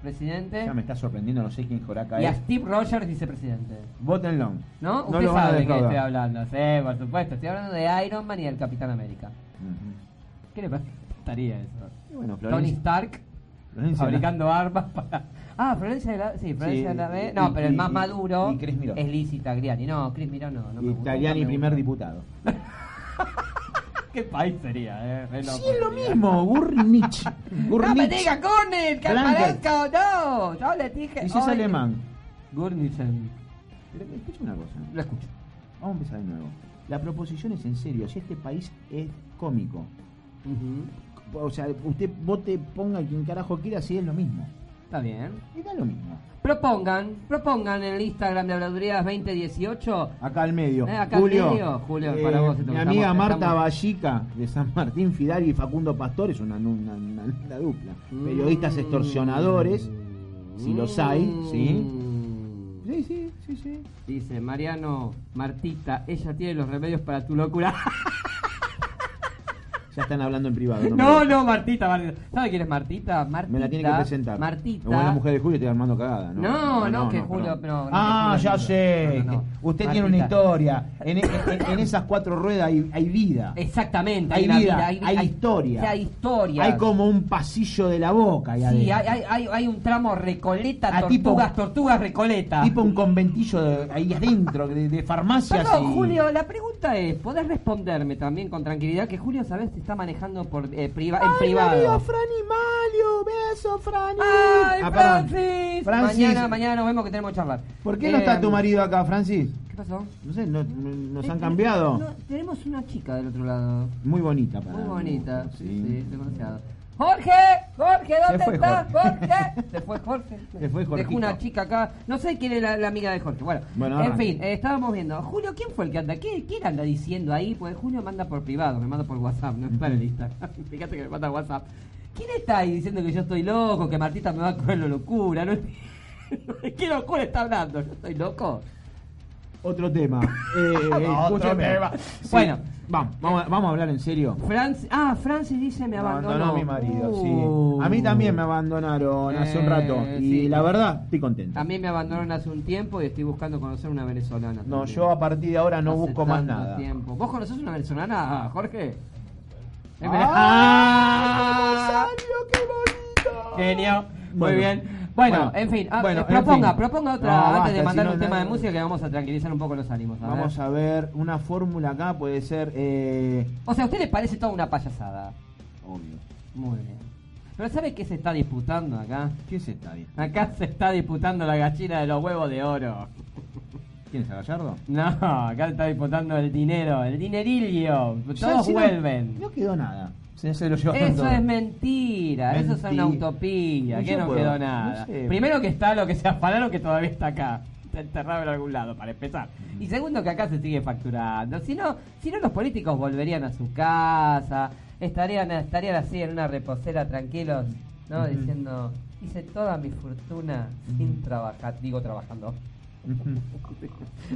presidente,
Ya me está sorprendiendo, no sé quién Joraca
y a
es.
Steve Rogers, vicepresidente.
Votenlo.
¿No?
no
Usted
lo van a
sabe de qué estoy
defraudar.
hablando. Sí, por supuesto. Estoy hablando de Iron Man y del Capitán América.
Ujú.
¿Qué le estaría eso?
Y Bueno,
Tony
Florencia.
Stark
Florencia
fabricando armas para. Ah, Florencia de la. Sí, Florencia
Sí,
de la B.
y-
No, pero el
y-
más
y-
maduro
y Chris Miró.
es Lizzie Tagliani. No, Chris Miró no. no me gusta,
Italiani,
no me
primer
gusta.
diputado.
¿Qué país sería, eh? Re loco
Sí, es lo
sería.
mismo, Gurnich.
¡No me
Gurnich.
diga Gurnitz! ¡Que
Blanket.
aparezca! ¡No! Yo le dije.
Y si es
hoy-
alemán.
Gurnitz.
Pero escucha una cosa.
Lo escucho.
Vamos a empezar de nuevo. La proposición es en serio. Si este país es cómico,
Ujú.
o sea, usted vote, ponga quien carajo quiera, si es lo mismo.
Está bien.
Y da lo mismo.
Propongan, propongan en el Instagram de Habladurías 2018
Acá al medio.
Eh, acá al
Julio. eh,
medio. Julio, para vos, esto
Mi
que
amiga
estamos-
Marta
estamos-
Vallica de San Martín Fidal y Facundo Pastor es una, una- una linda dupla.
Mm.
Periodistas extorsionadores. Si los hay, ¿sí?
Mm.
Sí, sí, sí, sí.
Dice Mariano Martita, ella tiene los remedios para tu locura.
Ya están hablando en privado. me-
no, no, Martita, Martita. ¿Sabe quién es Martita? Martita.
Me la tiene que presentar.
Martita.
Como la mujer de Julio, estoy armando cagada. No,
No, no, que Julio,
perdón.
pero no,
ah,
que Julio
ya
es
sé.
lindo. No, no, no.
Usted tiene una
Martita.
historia. En, en- en esas cuatro ruedas hay, hay vida.
Exactamente,
Hay
una
vida, hay historia.
sí, Hay historia.
Hay como un pasillo de la boca. Ahí
Sí,
adentro.
hay, hay, hay, hay un tramo recoleta,
Ah, tipo-
tortugas, tortugas, recoleta.
Tipo un conventillo de- ahí adentro, de, de farmacias.
Perdón,
y-
Julio, la pregunta es, ¿podés responderme también con tranquilidad? Que Julio, sabes, te está manejando por, eh, priva- en privado.
Franny Malio! ¡Beso, Franny!
¡Ay,
Ah, perdón.
Francis!
Francis.
Mañana, mañana nos vemos que tenemos que charlar.
¿Por qué no está
Eh,
tu marido acá, Francis?
¿Qué pasó?
No sé, no- no- nos han
Eh,
cambiado.
no, tenemos una chica del otro lado.
Muy bonita, para
Muy
mí.
bonita. Sí, sí, demasiado. ¡Jorge! ¡Jorge,
Se
¿dónde
fue,
estás,
Jorge.
Jorge? Se fue Jorge.
Se fue Jorgito.
Dejó una chica acá. No sé quién es la, la amiga de Jorge. Bueno,
Bueno,
en
arranque.
fin, eh, estábamos viendo. Julio, ¿quién fue el que anda? ¿Qué- ¿Quién anda diciendo ahí? Pues Julio manda por privado, me manda por WhatsApp, no es para el Instagram. Fíjate que me manda WhatsApp. ¿Quién está ahí diciendo que yo estoy loco, que Martita me va a coger la locura? No, ¿De ¿Qué locura está hablando? ¿Yo estoy loco?
Otro tema. Eh,
Otro
escúcheme.
tema.
Sí.
Bueno.
vamos, vamos, a- vamos a hablar en serio.
Francis, ah, Francis dice me abandonó.
Abandonó a mi marido,
Uh.
sí. A mí también me abandonaron hace un
Eh,
rato. Y
sí.
la verdad, estoy contento.
A mí me abandonaron hace un tiempo y estoy buscando conocer una venezolana.
No,
también.
yo a partir de ahora no
Hace
busco más
tanto
nada.
tiempo. ¿Vos conocés una venezolana, Jorge? Es
¡Ah!
Ah.
Rosario, qué bonito!
Genio. Muy
Bueno.
bien. Bueno,
Bueno.
en fin, ah,
Bueno,
eh,
en
proponga,
fin.
proponga otra
No,
antes
basta,
de mandar
si no,
un tema de
no-
música que vamos a tranquilizar un poco los ánimos. a
Vamos
ver.
a ver, una fórmula acá puede ser. Eh,
O sea, a usted le parece toda una payasada.
obvio.
Muy bien. Pero ¿sabe qué se está disputando acá?
¿Quién se está ahí?
Acá se está disputando la gallina de los huevos de oro.
¿Quién es Gallardo?
No, acá se está disputando el dinero, el dinerillo.
Ya,
Todos
si no-
vuelven.
No, quedó nada. Se, se lo llevaron
Eso
todo.
es mentira, eso es una
Mentira.
utopía,
No
que
se
no
puede.
quedó nada.
No sé.
Primero que está lo que se afanaron que todavía está acá, está enterrado en algún lado, para empezar. Y segundo que acá se sigue facturando. Si no, si no los políticos volverían a su casa, estarían, estarían así en una reposera tranquilos, ¿no?
Ujú.
Diciendo, hice toda mi fortuna sin trabajar, digo trabajando.
Ujú.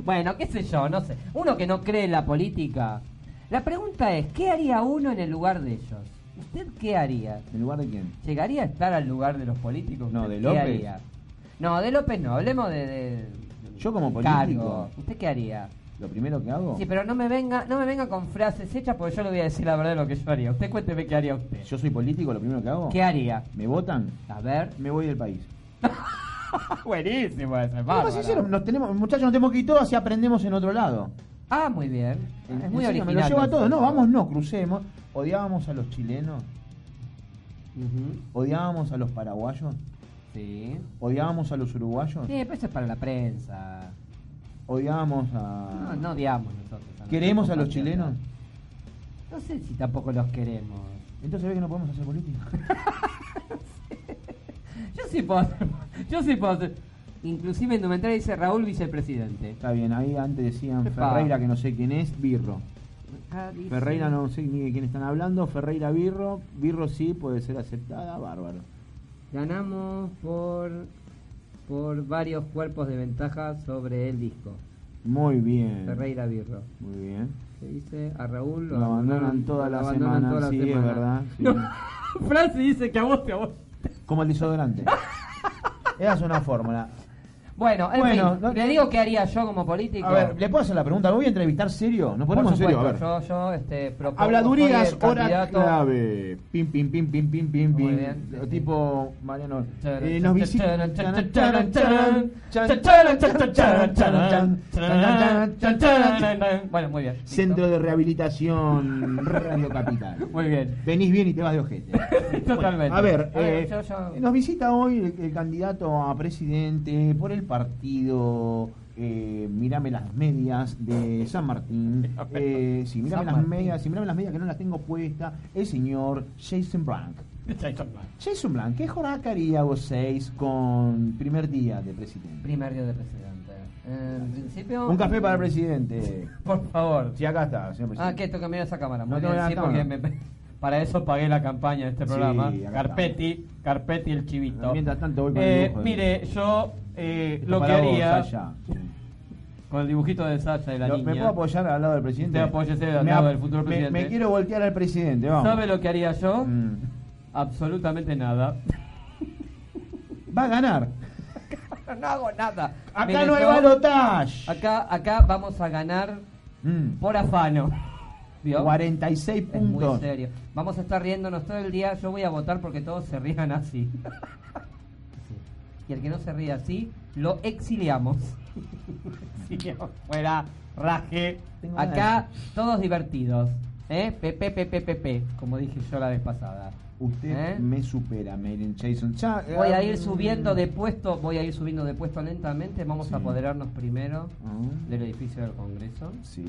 Bueno, qué sé yo, no sé. Uno que no cree en la política. La pregunta es, ¿qué haría uno en el lugar de ellos? ¿Usted qué haría?
¿En lugar de quién?
¿Llegaría a estar al lugar de los políticos?
No,
¿Usted
de
qué
López.
haría? No, de López no, hablemos de... de-
Yo como político.
cargo. ¿Usted qué haría?
¿Lo primero que hago?
Sí, pero no me venga no me venga con frases hechas porque yo le voy a decir la verdad de lo que yo haría. Usted cuénteme qué haría usted.
¿Yo soy político? ¿Lo primero que hago?
¿Qué haría?
¿Me votan?
A ver.
Me voy del país. Ah,
Buenísimo ese,
Vamos, sincero, nos tenemos, muchachos, nos tenemos que ir todos así aprendemos en otro lado.
Ah, muy bien.
En-
Es
en
muy
serio,
original.
Me lo llevo a todos. No,
entonces.
vamos, no, crucemos. Odiábamos a los chilenos,
Ujú,
odiábamos a los paraguayos,
Sí.
odiábamos a los uruguayos,
Sí, pero eso es para la prensa.
odiábamos
No,
a.
no odiamos nosotros. a los
¿Queremos a los
compatriotas.
chilenos?
No sé si tampoco los queremos.
Entonces ve que no podemos hacer política.
Yo sí puedo hacer. Yo sí puedo hacer. Inclusive indumentaria dice Raúl vicepresidente.
Está bien, ahí antes decían
Epa.
Ferreira que no sé quién es, Birro.
Acá dice-
Ferreira no sé ni de quién están hablando, Ferreira Birro, Birro sí puede ser aceptada, bárbaro.
Ganamos por. por varios cuerpos de ventaja sobre el disco.
Muy bien.
Ferreira Birro.
Muy bien.
Se dice a Raúl.
Lo abandonan toda
lo
la
abandonan
semana,
toda la
sí, es
semana.
verdad, sí.
No, Francis dice que a vos te a vos.
Como el desodorante. Esa es una fórmula.
Bueno, en
Bueno,
fin,
no-
le digo qué haría yo como político.
A ver, ¿le puedo hacer la pregunta? ¿Me voy a entrevistar serio? ¿Nos
Por
ponemos en serio? A
supuesto,
ver.
Yo, yo, este, propongo,
Habladurías,
soy el
hora
candidato.
clave. Pim, pim, pim, pim, pim, pim,
Muy
pim.
bien, sí, sí.
Tipo Mariano.
Charan,
Eh, nos
charan,
visitan.
charan, charan, charan, charan, charan, charan, charan, charan, charan, charan, charan. Bueno, muy bien. listo.
Centro de Rehabilitación Radio Capital.
Muy bien.
Venís bien y te vas de ojete.
Totalmente.
A ver,
A ver,
eh,
yo- yo-
nos visita hoy el, el candidato a presidente por el partido eh, Mirame las medias de San Martín. Eh, sí, Mirame
San
las
Martín.
medias, sí, Mirame las medias que no las tengo puesta. El señor Jason Blanc. Jason Blanc, ¿qué jornada que haría vos seis con primer día de presidente?
Primer día de presidente. Eh, En principio.
Un café para el presidente.
Por favor.
Sí, acá está, señor presidente.
Ah, que esto cambió esa cámara.
No
Muy
tengo
bien,
la
sí, porque
cámara.
me- para eso pagué la campaña de este
Sí,
programa.
acá
Carpetti, Carpetti el chivito.
Mientras tanto voy con el
Eh,
dibujo de-
Mire, yo eh,
Esto
lo que
para vos,
haría
Sasha.
Con el dibujito de Sasha y la
Lo-
niña.
¿Me puedo apoyar al lado del presidente?
Te apoyes al
Me
lado
ap-
del futuro
me-
presidente.
Me, quiero voltear al presidente, vamos.
¿Sabe lo que haría yo?
Mm.
Absolutamente nada.
Va a ganar.
no hago nada.
Acá
Mire,
no hay
yo-
balotaje.
Acá, acá vamos a ganar
Mm.
por afano. ¿Vio?
46
Es muy
puntos.
serio. Vamos a estar riéndonos todo el día. Yo voy a votar porque todos se rían así. Sí. Y el que no se ríe así, lo exiliamos. Exiliamos. Fuera, raje.
Tengo ganas.
Acá, todos divertidos. ¿Eh? Pepe, pepe, pepe, como dije yo la vez pasada.
Usted
¿Eh?
me supera, Merin Jason. Ya, eh,
Voy a
mm.
ir subiendo de puesto, voy a ir subiendo de puesto lentamente. Vamos
Sí.
a apoderarnos primero
Ah,
del edificio del Congreso.
Sí.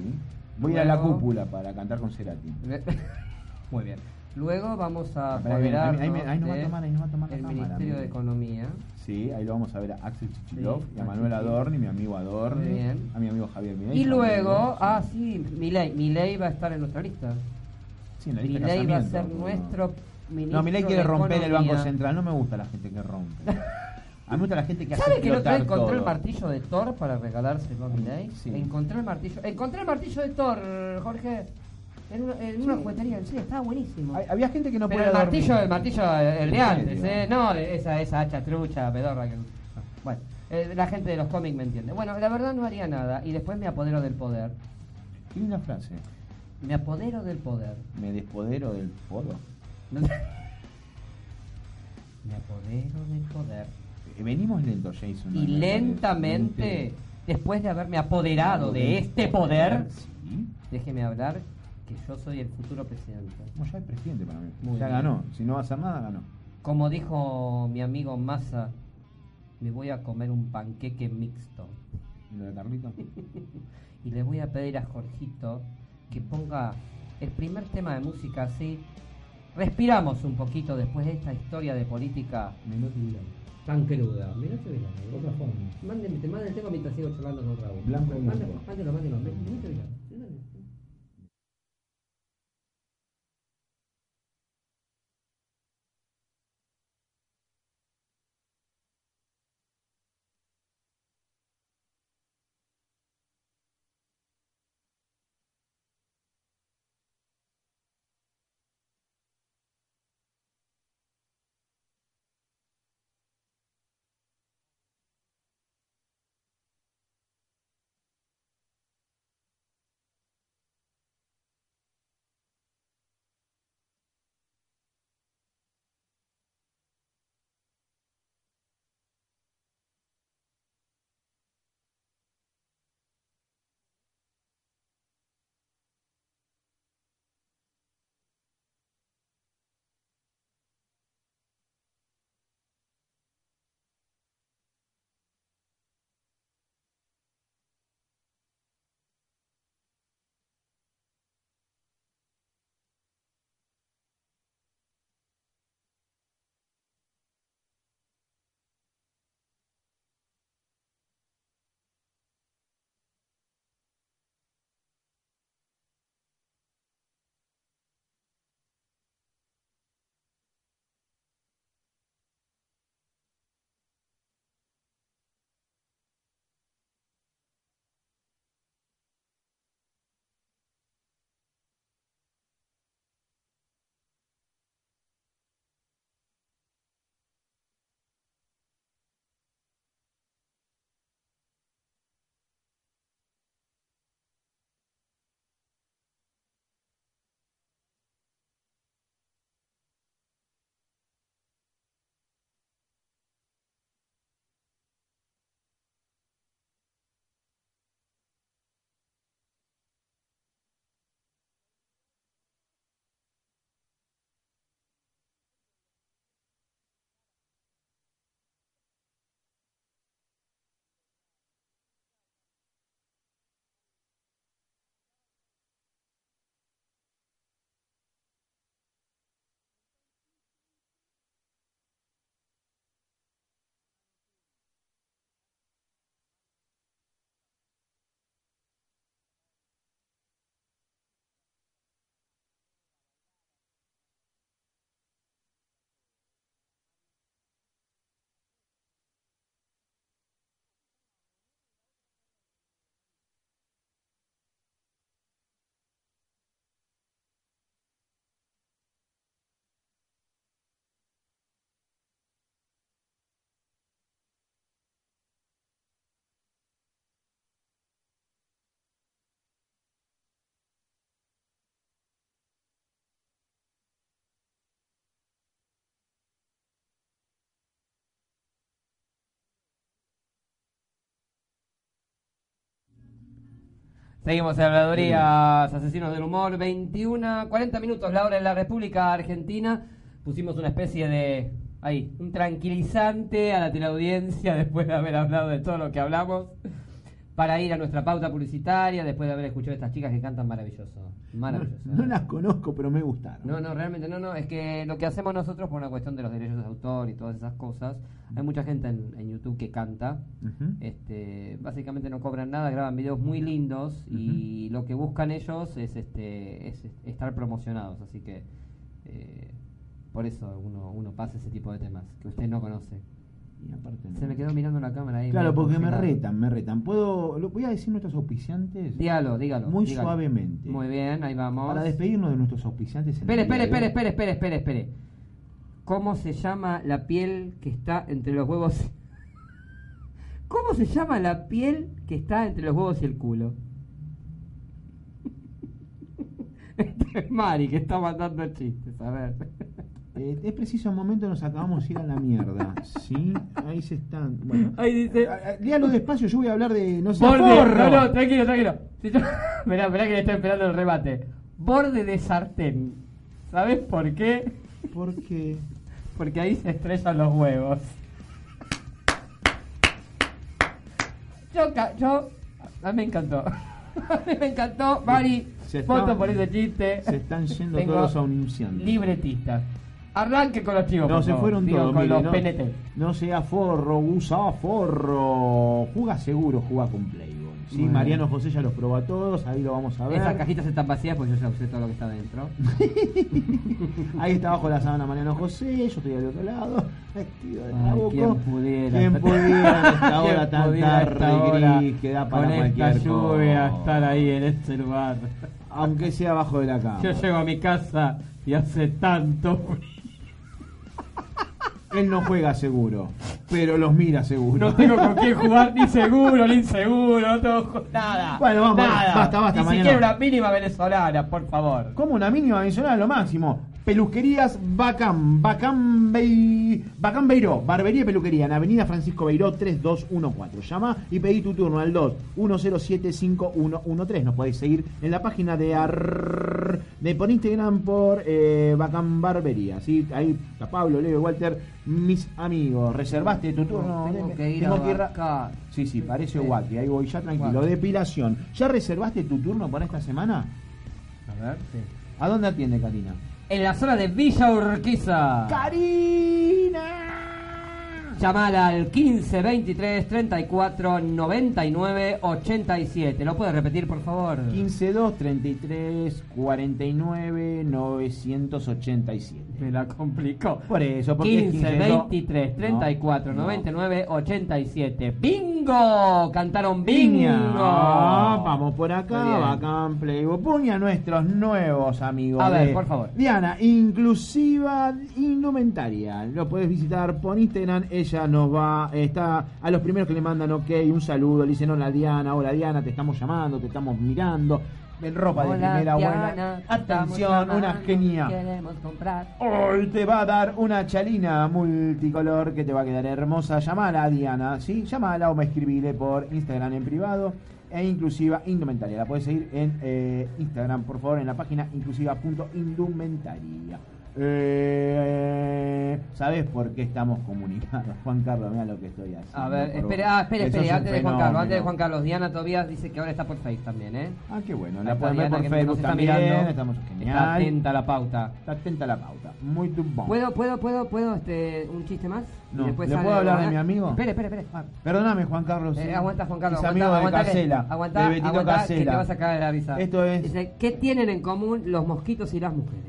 Voy a ir a la
Luego-
cúpula para cantar con Cerati.
Muy bien. Luego vamos a
Ah, pará, ahí viene, ahí
apoderarnos
viene, ahí nos va a
de
tomar, ahí nos va a tomar la
el
cámara,
Ministerio de
mire.
Economía.
Sí, ahí lo vamos a ver a Axel Chichilov
Sí,
y a Manuel
Axel Chichilov.
Adorni, mi amigo
Muy
Adorni,
bien.
a mi amigo Javier Milei.
Y
Javier Milei.
luego, ah, sí, Milei. Milei va a estar en nuestra lista.
Sí, en la lista de
Milei va a ser
casamiento.
nuestro ministro
No, Milei quiere
de
romper el
Economía.
Banco Central. No me gusta la gente que rompe.
A mí me gusta la gente que hace
¿Sabe que el otro día
explotar
encontré el
todo.
martillo de Thor para regalárselo a mi
Sí.
Encontré el martillo. Encontré el martillo de Thor, Jorge. En una, en una juguetería, en serio, estaba buenísimo.
Hay- Había gente que no
Pero
podía
el martillo,
dormir.
el martillo, eh, el de
¿En
antes,
serio?
¿eh? No, esa, esa hacha trucha, pedorra. que- ah, Bueno, eh, la gente de los cómics me entiende. Bueno, la verdad no haría nada y después me apodero del poder.
Y una frase.
Me apodero del poder.
Me despodero del podo.
No- me apodero del poder.
Eh, Venimos lento, Jason.
Y
¿no?
lentamente, después de haberme apoderado de este poder,
Sí.
déjeme hablar que yo soy el futuro presidente.
No, ya es presidente para mí.
Muy
ya
bien.
ganó. Si no va a hacer nada, ganó.
Como dijo mi amigo Massa, me voy a comer un panqueque mixto.
¿Y lo de Carlito?
Y le voy a pedir a Jorgito que ponga el primer tema de música así. Respiramos un poquito después de esta historia de política tan cruda. Mirá que bien,
Otra forma.
Mándeme, te mando el tema mientras sigo charlando con Raúl.
Blanco y
Mándelo,
blanco.
mándelo, mándelo. Mirá que bien. Seguimos en habladurías, asesinos del humor, 21, 40 minutos la hora en la República Argentina. Pusimos una especie de, ahí, un tranquilizante a la teleaudiencia después de haber hablado de todo lo que hablamos, para ir a nuestra pauta publicitaria, después de haber escuchado a estas chicas que cantan maravilloso. Maravilloso.
No, las conozco, pero me gustaron.
No, no, realmente no, no. Es que lo que hacemos nosotros por una cuestión de los derechos de autor y todas esas cosas. Hay mucha gente en, en YouTube que canta.
Ujú.
Este, básicamente no cobran nada, graban videos muy lindos y lo que buscan ellos es este es es- estar promocionados. Así que eh, por eso uno, uno pasa ese tipo de temas que usted no conoce.
Y aparte no.
Se me quedó mirando la cámara ahí.
Claro,
medio
porque me
complicado.
retan, me retan. Puedo, lo, voy a decir nuestros auspiciantes
Dígalo, dígalo.
muy
dígalo.
suavemente.
Muy bien, ahí vamos.
Para despedirnos de nuestros auspiciantes. en
Espere,
el día
espere,
de hoy.
espere, espere, espere, espere, espere. ¿Cómo se llama la piel que está entre los huevos? ¿Cómo se llama la piel que está entre los huevos y el culo? Este es Mari que está mandando chistes, a ver.
Eh, es preciso un momento, nos acabamos de ir a la mierda. ¿Sí? Ahí se están. Bueno.
Ahí dice-
Ah, ah, Léalo despacio, yo voy a hablar de. No sé.
Borde. No,
¡Porro!
no, tranquilo, tranquilo. Si yo- Mirá, mirá que le estoy esperando el remate. Borde de sartén. ¿Sabes por qué?
Porque.
Porque ahí se estrellan los huevos. Yo, ca- yo a mí me encantó. A mí me encantó, Mari.
Se está-
Voto por ese chiste.
Se están yendo
Tengo
todos a un incendio.
Libretistas. Arranque con los chivos.
No,
por
se
favor.
fueron
Digo,
todos.
Con
mire,
los
no,
PNT.
no sea forro, usa forro. Juga seguro, juga con Playboy. ¿sí?
Bueno.
Mariano José ya los probó a todos, ahí lo vamos a ver.
Esas cajitas están vacías porque yo ya usé todo lo que está dentro.
Ahí está abajo la sábana Mariano José, yo estoy del otro lado, vestido de
Ay,
Ah,
trabuco.
¿quién pudiera?
¿Quién pudiera en esta
¿Quién
hora tan
pudiera a esta
tarde y gris
hora,
que da para
con
cualquier
esta lluvia
cosa?
estar ahí en este lugar?
Aunque sea abajo de la cama.
Yo llego a mi casa y hace tanto frío.
Él no juega seguro, pero los mira seguro.
No tengo con quién jugar ni seguro, ni inseguro, no tengo nada.
Bueno, vamos,
nada.
basta, basta,
Ni
mañana.
siquiera una mínima venezolana, por favor.
Como una mínima mencionada lo máximo. Pelusquerías Bacán, Bacán, Bei- Bacán Beiró, Barbería y Peluquería, en Avenida Francisco Beiró 3214. Llama y pedí tu turno al 21075113. Nos podéis seguir en la página de ar- de por Instagram por eh, Bacán Barbería. ¿sí? Ahí está Pablo, Leo, Walter, mis amigos. ¿Reservaste tu turno?
Tengo que ir
Tengo
a
que ir a-
vacar.
Sí, sí, parece Wacky. Ahí voy ya tranquilo.
Wacky.
Depilación. ¿Ya reservaste tu turno para esta semana?
A ver, sí.
¿A dónde atiende, Karina?
En la zona de Villa Urquiza.
¡Karina!
Llamala al 15 23 34 99 87. ¿Lo puedes repetir, por favor?
15 2 33 49 987.
Me la complicó.
Por eso, porque
15
es 2.
23 34
No, no.
99 87. ¡Bingo! Cantaron
Piña.
bingo.
Ah, vamos por acá,
Muy bien.
bacán Playboy. Puña a nuestros nuevos amigos.
A ver,
de
por favor.
Diana, inclusiva indumentaria. Lo puedes visitar por Instagram. Ella nos va, está a los primeros que le mandan ok, un saludo. Le dicen hola Diana, hola Diana, te estamos llamando, te estamos mirando. En ropa de
Hola,
primera
Diana,
buena.
te estamos
Atención,
llamando,
una genia.
Queremos comprar.
Hoy te va a dar una chalina multicolor que te va a quedar hermosa. Llamala a Diana, ¿sí? Llamala o me escribile por Instagram en privado e inclusiva indumentaria. La puedes seguir en eh, Instagram, por favor, en la página inclusiva.indumentaria. Eh, ¿Sabes por qué estamos comunicados? Juan Carlos, mira lo que estoy haciendo.
A ver,
por
espere,
vos.
ah, espere,
Que sos
espere,
un
antes de Juan Carlos, antes de
fenómeno.
Juan Carlos, Diana Tobías dice que ahora está por Face también, ¿eh?
Ah, qué bueno,
Ahí
la
está
pueden ver
Diana
por
que
Facebook
nos está
también.
mirando.
Estamos
Está
genial.
atenta a la pauta.
Está atenta a la pauta. Muy tumbón.
¿Puedo, puedo, puedo, puedo, este, un chiste más? Y
No,
después
¿le
sale-
puedo hablar de
aguanta-
mi amigo?
Espere, espere, espere.
Ah, Perdóname, Juan Carlos.
Eh,
sí.
aguanta, Juan Carlos.
Es
aguanta,
amigo
aguanta
de
que-
Casela.
aguanta,
de Betito
aguanta, que
Casela.
te vas a caer de la risa.
Esto es-
Dice, ¿qué tienen en común los mosquitos y las mujeres?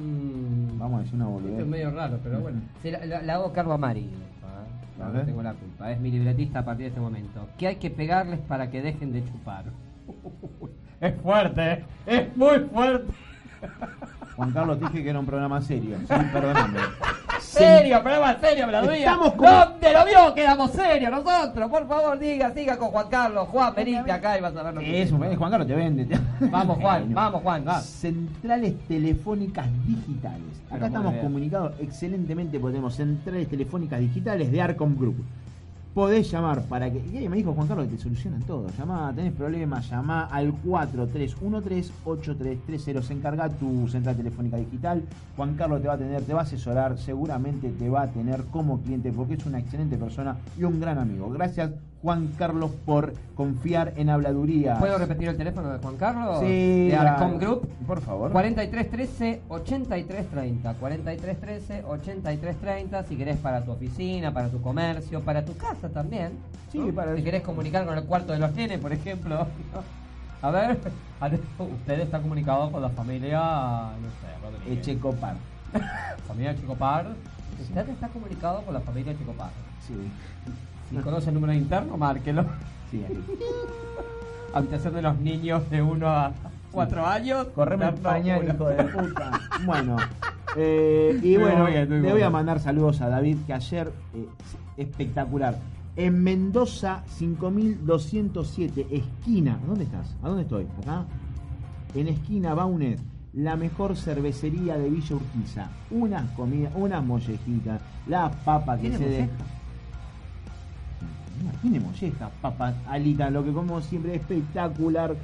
Mm.
Vamos a decir una
Esto
boludez.
es medio raro, pero bueno. Se la, la- la hago cargo a Mari. Ah,
A
No
ver.
tengo la culpa. Es mi libretista a partir de este momento. ¿Qué hay que pegarles para que dejen de chupar?
Es fuerte, ¿eh? es muy fuerte.
Juan Carlos, te dije que era un programa serio. Sí, perdóname.
Serio, programa serio, Braduía.
Estamos como-
¿Dónde lo vio? Quedamos serios nosotros. Por favor, diga, siga con Juan Carlos. Juan, venite acá y vas a ver lo que
Es un- eh, Juan Carlos te vende. te-
Vamos, Juan,
Genio.
vamos, Juan, va.
Centrales telefónicas digitales.
Pero
Acá estamos
muy bien.
comunicados excelentemente porque tenemos centrales telefónicas digitales de Arcom Group. Podés llamar para que. Y ahí me dijo Juan Carlos que te solucionan todo. Llamá, tenés problemas, llamá al 4313-8330. Se encarga tu central telefónica digital. Juan Carlos te va a tener, te va a asesorar, seguramente te va a tener como cliente porque es una excelente persona y un gran amigo. Gracias, Juan Carlos, por confiar en habladuría.
¿Puedo repetir el teléfono de Juan Carlos?
Sí,
De
la-
Arcom Group.
Por favor.
4313 8330 4313 8330 si querés para tu oficina, para tu comercio, para tu casa también.
Sí,
¿no?
para-
Si querés comunicar con el cuarto de los nenes, por ejemplo. A
Eh,
ver, usted está comunicado con la familia, no sé, Rodríguez.
Echecopar.
Familia Chicopar. Usted está comunicado con la familia Chicopar.
Sí,
Si conoce el número interno, márquelo.
sí, ahí.
Habitación de los niños de 1 a 4 años.
Correme el
interno
pañal,
uno.
hijo de puta. Bueno, eh, y
Muy
bueno,
bien, muy
le voy
bien.
a mandar saludos a David, que ayer, eh, espectacular. En Mendoza, 5207, esquina. ¿A dónde estás? ¿A dónde estoy? ¿Acá? En esquina, Baunet. La mejor cervecería de Villa Urquiza. Unas comidas, unas mollejitas, las papas que
¿Tiene
se de...
molleja?
No, Tiene mollejas, papas, alitas, lo que como siempre espectacular,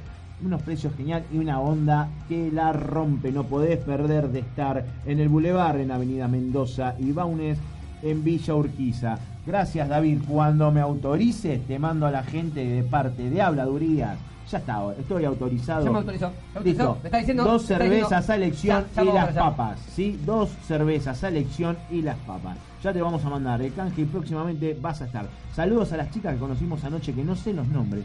unos precios genial y una onda que la rompe. No podés perder de estar en el Boulevard, en Avenida Mendoza y Baunes, en Villa Urquiza. Gracias David, cuando me autorices te mando a la gente de parte de Habladurías. Ya está, estoy autorizado.
Ya me autorizó, ya me
Listo.
autorizó, me está diciendo,
dos
me está diciendo.
cervezas a elección
Ya, ya
y
vamos
las
para allá.
papas, ¿sí? Dos cervezas a elección y las papas. Ya te vamos a mandar el canje y próximamente vas a estar. Saludos a las chicas que conocimos anoche, que no sé los nombres,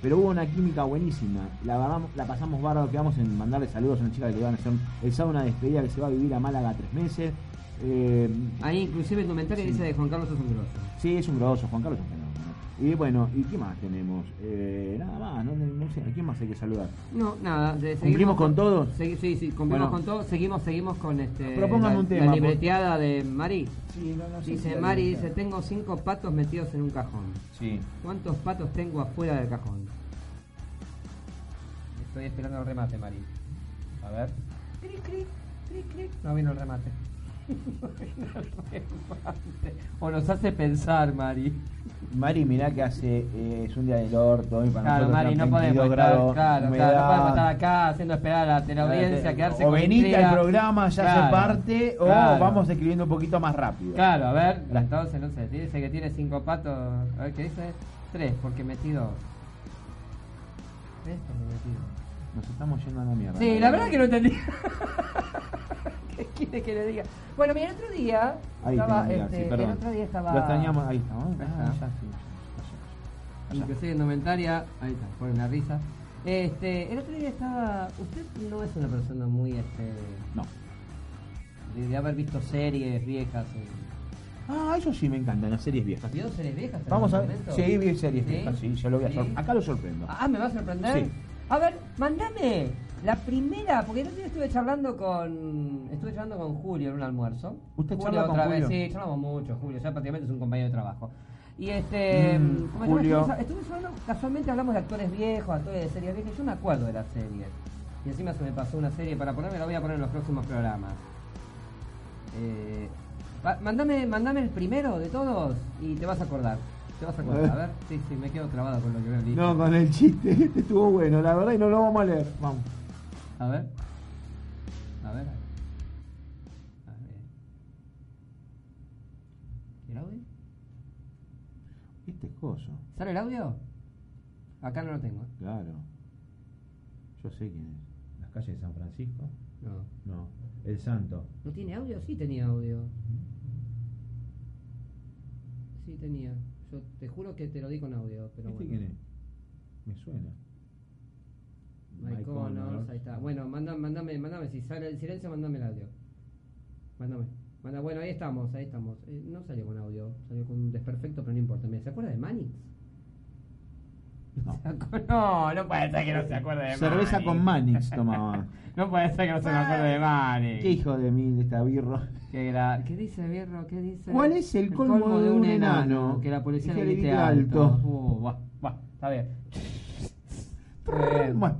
pero hubo una química buenísima. La, vamos- la pasamos bárbaro, quedamos en mandarle saludos a una chica que le van a hacer el sábado una despedida que se va a vivir a Málaga tres meses. Eh,
Ahí inclusive el comentario
Sí.
dice de Juan Carlos es un grosso.
sí, es un grosso, Juan Carlos es un fenómeno. Y bueno, ¿y qué más tenemos? Eh, nada más, no, no sé, ¿a quién más hay que saludar?
No, nada. de-
¿Cumplimos con todo?
Segui- sí, sí,
Bueno.
cumplimos con todo. Seguimos, seguimos con este.
Propóngame
la,
un tema,
La
por- Ah,
libreteada de Mari.
Sí, no, no sé si
Dice
la
Mari,
lista.
dice, tengo cinco patos metidos en un cajón.
Sí.
¿Cuántos patos tengo afuera del cajón? Estoy esperando el remate, Mari.
A ver.
Cric, cric, cric, cric.
No vino el remate. o nos hace pensar, Mari.
Mari, mirá que hace. eh, es un día del orto. y para
Claro,
nosotros
Mari, no
están
podemos
22
estar, claro,
grados,
claro,
humedad.
no podemos estar acá haciendo esperar a la teleaudiencia,
Claro,
quedarse
o
con
venite
intriga.
al programa, ya se
Claro,
parte, o
claro,
vamos escribiendo un poquito más rápido.
Claro, a ver, entonces, no sé, dice que tiene cinco patos, a ver qué dice, tres, porque metí dos. Tres porque metí dos.
Nos estamos yendo a la mierda.
Sí, la verdad que no entendí.
¿Qué quiere que le diga? Bueno, mira, el otro día
Ahí tenés
estaba,
que mirar,
este,
sí, perdón.
el otro día estaba...
Lo extrañamos, ahí está. ¿no?
Ahí
Ah, ya,
está.
sí, ya, ya, ya.
Inclusive indumentaria, ahí está, ponen la risa. Este, el otro día estaba. Usted no es una persona muy este.
No.
de, de haber visto series viejas. y-
Ah, eso sí me encantan, las series viejas.
¿Vio series viejas? en
Vamos a
algún
ver.
momento?
Sí, vi series viejas, sí, yo lo voy a
¿Sí?
sor- Acá lo sorprendo.
Ah, ¿me va a sorprender?
Sí.
A ver, mandame la primera, porque el otro día estuve charlando con. Estuve charlando con Julio en un almuerzo.
¿Usted
Julio
charla con
otra
Julio?
Vez. Sí, charlamos mucho, Julio, ya prácticamente es un compañero de trabajo. Y este.
Mm,
¿cómo se llama?
Julio.
Estuve, estuve charlando, casualmente hablamos de actores viejos, actores de series viejas, yo me acuerdo de las series. Y encima se me pasó una serie para ponerme, la voy a poner en los próximos programas. Eh, pa- mandame, mandame el primero de todos y te vas a acordar. Te vas a acordar, a ver. Sí, sí, me quedo trabado con lo que veo dicho.
No, con el chiste, este estuvo bueno, la verdad, y no lo vamos a leer. Vamos.
A ver. A ver. A ver. ¿El audio?
Este es coso.
¿Sale el audio? Acá no lo tengo. ¿eh?
Claro. Yo sé quién es. Las calles de San Francisco.
No.
No. El Santo.
¿No tiene audio? Sí tenía audio. Sí tenía. Yo te juro que te lo di con audio, pero
¿Este
bueno.
quién es? Me suena.
Mike Connors, ahí está. Bueno, manda- mandame, mandame, si sale el silencio, mandame el audio. Mándame. Manda, bueno, ahí estamos, ahí estamos. Eh, no salió con audio, salió con un desperfecto, pero no importa. Mira, ¿Se acuerda de Manix?
No.
No, no puede ser que no se acuerde de
Cerveza
Mari.
con Manix tomaba.
No puede ser que no se me acuerde de Mari.
Qué hijo de mí de esta birro.
Qué gra-
¿Qué dice Birro? ¿Qué dice?
¿Cuál es el colmo de un enano?
Que la policía
Que
le
le
grite
grite
alto.
alto.
Uh, buah.
Bueno, está bien.
Bueno,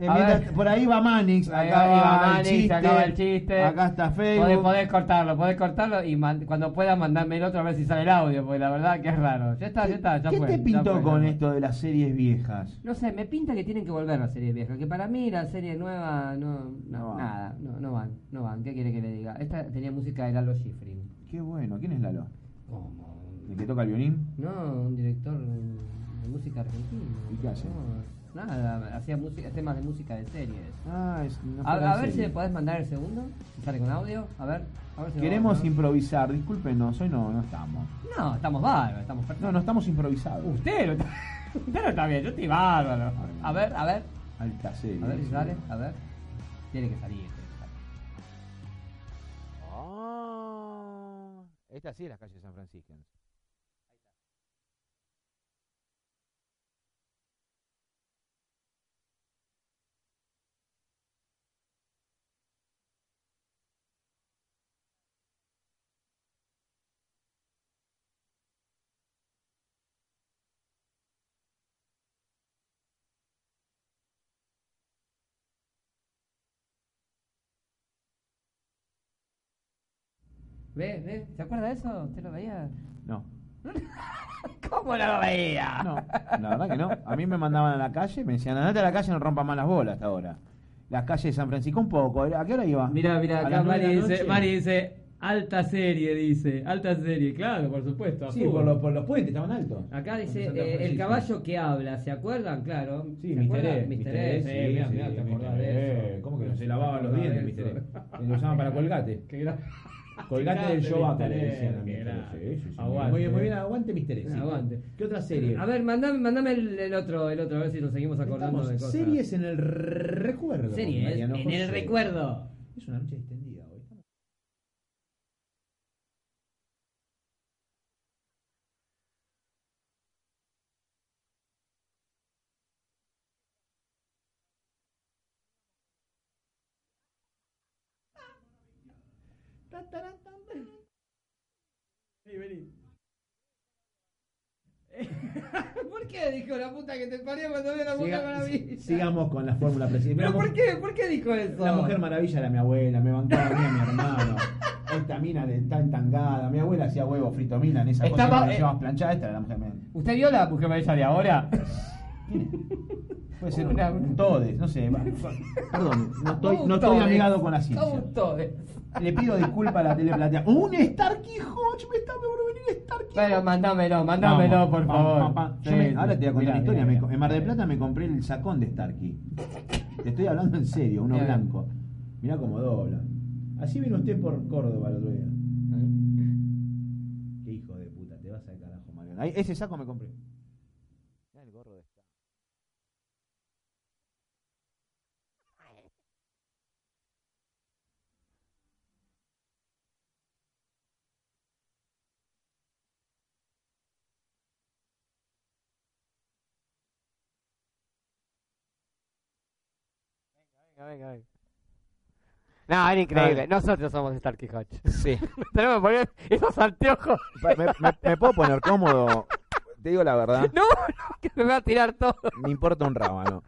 eh,
A
mientras-
ver.
por ahí va Manix,
Ahí
acá
va,
va
ahí va
el
Manix,
chiste,
acaba el chiste.
Acá está Facebook.
Podés, podés cortarlo, podés cortarlo y man- cuando puedas mandarme el otro a ver si sale el audio, porque la verdad que es raro. Ya está, ya está, ya
¿Qué
fue.
te
ya
pintó
fue, ya
con este?
fue.
esto de las series viejas?
No sé, me pinta que tienen que volver las series viejas. Que para mí la serie nueva no, no-
No van.
nada, no, no van, no van. ¿Qué quiere que le diga? Esta tenía música de Lalo Schifrin.
Qué bueno, ¿quién es Lalo?
¿Cómo?
¿El que toca el violín?
No, un director de música argentina.
¿Y qué hace?
No, nada, hacía música, temas de música de series.
Ah, es, no
A,
toca
a
en
ver si
serie.
me podés mandar el segundo, si sale con audio. A ver, a ver si lo
Queremos
vamos a-
improvisar, discúlpenos, hoy no, no estamos.
No, estamos bárbaros, estamos perfectos.
No, no estamos improvisados.
Usted no está, usted no está bien, yo estoy bárbaro.
A ver, a ver,
Alta serie.
a ver si sale, a ver. Tiene que salir. tiene que salir.
Ah, esta sí es la calle San Francisco.
¿Ve? ¿Ve? ¿Se acuerda de eso? ¿Usted lo veía?
No.
¿Cómo no lo veía?
No, la verdad que no. A mí me mandaban a la calle, me decían, andate a la calle, no rompas más las bolas hasta ahora. Las calles de San Francisco un poco. ¿A qué hora iba?
Mira,
A
mira, acá
las nueve
Mari
de la
dice,
noche.
Mari dice, Eh, alta serie, dice, alta serie, claro, por supuesto. a
Sí,
full.
por los, por los puentes, estaban altos.
Acá dice
Con Santa
eh, el
Francisco.
caballo que habla, ¿se acuerdan? Claro.
Sí,
¿Se
Mr.
acuerdan?
E,
Mr.
Mr.
E,
E,
sí,
sí,
mirá,
sí,
mirá, te acordás
Mr.
de
E.
eso.
¿Cómo que no se
Te
lavaba los
acordás de
dientes, Mr.
eso.
E? Lo usaban para colgate.
Qué grande.
Colgate del yobaco, le decían a Mr.
Qué
E.
grande.
Sí, sí, sí.
Aguante.
Muy bien, muy bien, aguante, Mr. E, sí.
Aguante.
¿Qué otra serie?
A ver, mandame, mandame el, el otro, el otro, a ver si nos seguimos acordando
Estamos
de cosas.
series en el recuerdo. con
Series
Mariano
en el
José.
recuerdo.
Es una noche extendida hoy. Estamos-
¿Por qué dijo la puta que te parió cuando vio la mujer
Siga-
maravilla?
sigamos con la fórmula presidencial.
¿Pero por qué? ¿Por qué dijo eso?
La mujer maravilla era mi abuela, me bancaba a mí, a mi hermano. Esta mina de tan tangada, mi abuela hacía huevo frito mina en esa
Estaba-
cosa que
eh.
llevabas planchada, esta era la mujer maravilla.
¿Usted vio la mujer maravilla de ahora?
Puede ser
Una-
un, un todes, no sé. va- Perdón, no estoy, no
Un
estoy
todes.
amigado con la ciencia.
Un todes.
Le pido disculpas a la teleplatea. ¡Un Starkey Hodge! ¡Me está por venir Starkey
Pero mandámelo, mandámelo,
Dámelo,
por favor.
ahora te voy a contar
Mirá,
una historia.
mirá,
Me
mirá.
co- en Mar del Plata me compré el sacón de Starkey. te estoy hablando en serio, uno
Bien.
blanco. Mirá cómo dobla. Así vino usted por Córdoba el otro día. Qué hijo de puta, te vas al carajo, Mariano. Ahí, ese saco me compré. Mirá el gorro de Starkey.
Venga, venga, venga. No, era increíble. Nosotros somos Starkey Hodge.
Sí.
Tenemos que poner esos anteojos.
Pa- me, me- me puedo poner cómodo? Te digo la verdad,
No, no, que me va a tirar todo.
me importa un rábano.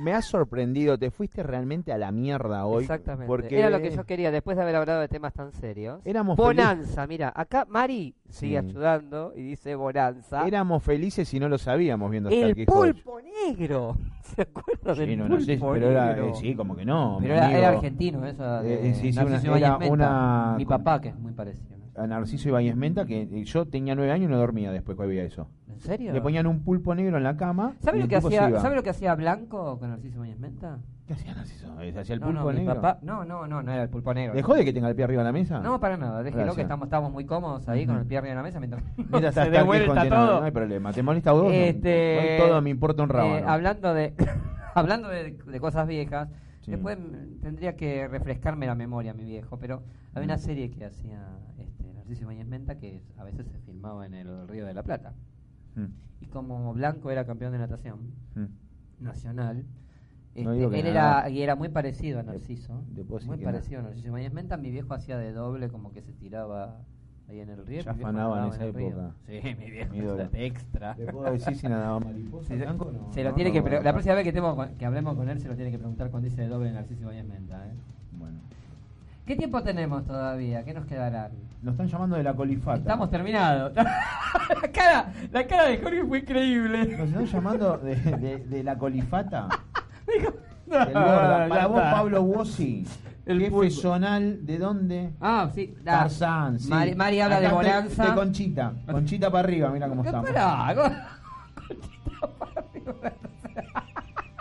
Me has sorprendido, te fuiste realmente a la mierda hoy.
Exactamente.
Porque
Era lo que yo quería después de haber hablado de temas tan serios.
Éramos
bonanza, mira, acá Mari sigue
Mm.
ayudando y dice bonanza.
éramos felices y no lo sabíamos viendo
el
Starkey Hodge.
pulpo negro. ¿Se acuerdan
Sí,
del
no, no
pulpo
sé,
negro?
pero era, eh, sí, como que no. mi
Pero era,
amigo.
era argentino, eso. era de
Eh, eh, sí, sí, una-
Narciso
era
Ibáñez Menta.
una-
Mi papá, que es muy parecido. ¿no?
a Narciso Ibáñez Menta, que eh, yo tenía nueve años y no dormía después que había eso.
¿En serio?
Le ponían un pulpo negro en la cama.
¿Sabe
y
lo,
el
que
tipo se
hacía,
iba.
¿Sabe lo que hacía Blanco con Narciso Ibáñez Menta?
¿Qué hacía Narciso? Eh, ¿Hacía el
no,
pulpo
no, mi
negro?
papá. No, no, no, no era el pulpo negro.
¿Dejó de que tenga el pie arriba de la mesa?
No, para nada, déjelo
Gracias.
que estamos, estamos muy cómodos ahí con el pie arriba de la mesa mientras.
Mientras
Se
está aquí
devuelta
escondiendo,
todo.
No hay problema. ¿Te molesta vos? No.
Este,
Hoy todo me importa un rábano.
eh, hablando de hablando de, de cosas viejas,
Sí.
después mm, tendría que refrescarme la memoria, mi viejo, pero había una
Mm.
serie que hacía este, Narciso Ibáñez Menta que a veces se filmaba en el Río de la Plata.
Mm,
Y como Blanco era campeón de natación
mm.
nacional,
No
este,
digo que
él
nada.
era, y era muy parecido a Narciso.
Le- le puedo decir
muy
que nada.
parecido a Narciso Ibáñez Menta. Mi viejo hacía de doble, como que se tiraba ahí en el río.
Ya
mi viejo
afanaba en
nadaba
esa
el río.
época.
Sí, mi viejo
Mi ídolo.
era de extra.
¿Te puedo decir si nadaba mariposa?
Se, lo-
blanco? No,
se lo
no,
tiene
no,
que
no,
pre-
no.
la próxima vez que, estemos con- que hablemos con él se lo tiene que preguntar cuando dice de doble Narciso Ibáñez Menta. ¿eh?
Bueno.
¿Qué tiempo tenemos todavía? ¿Qué nos quedará?
Nos están llamando de la colifata.
Estamos terminados. la, cara, la cara de Jorge fue increíble.
Nos están llamando de, de- de la colifata.
No,
El gorda. Para
ya
vos,
está.
Pablo Bossi.
El
jefe
pulpo.
zonal, ¿de dónde?
Ah, sí. da.
Tarzán, sí.
Mari, Mari habla
Acá
de
estoy-
bonanza.
estoy Conchita. Conchita para arriba, mira cómo
¿Qué
estamos.
pará?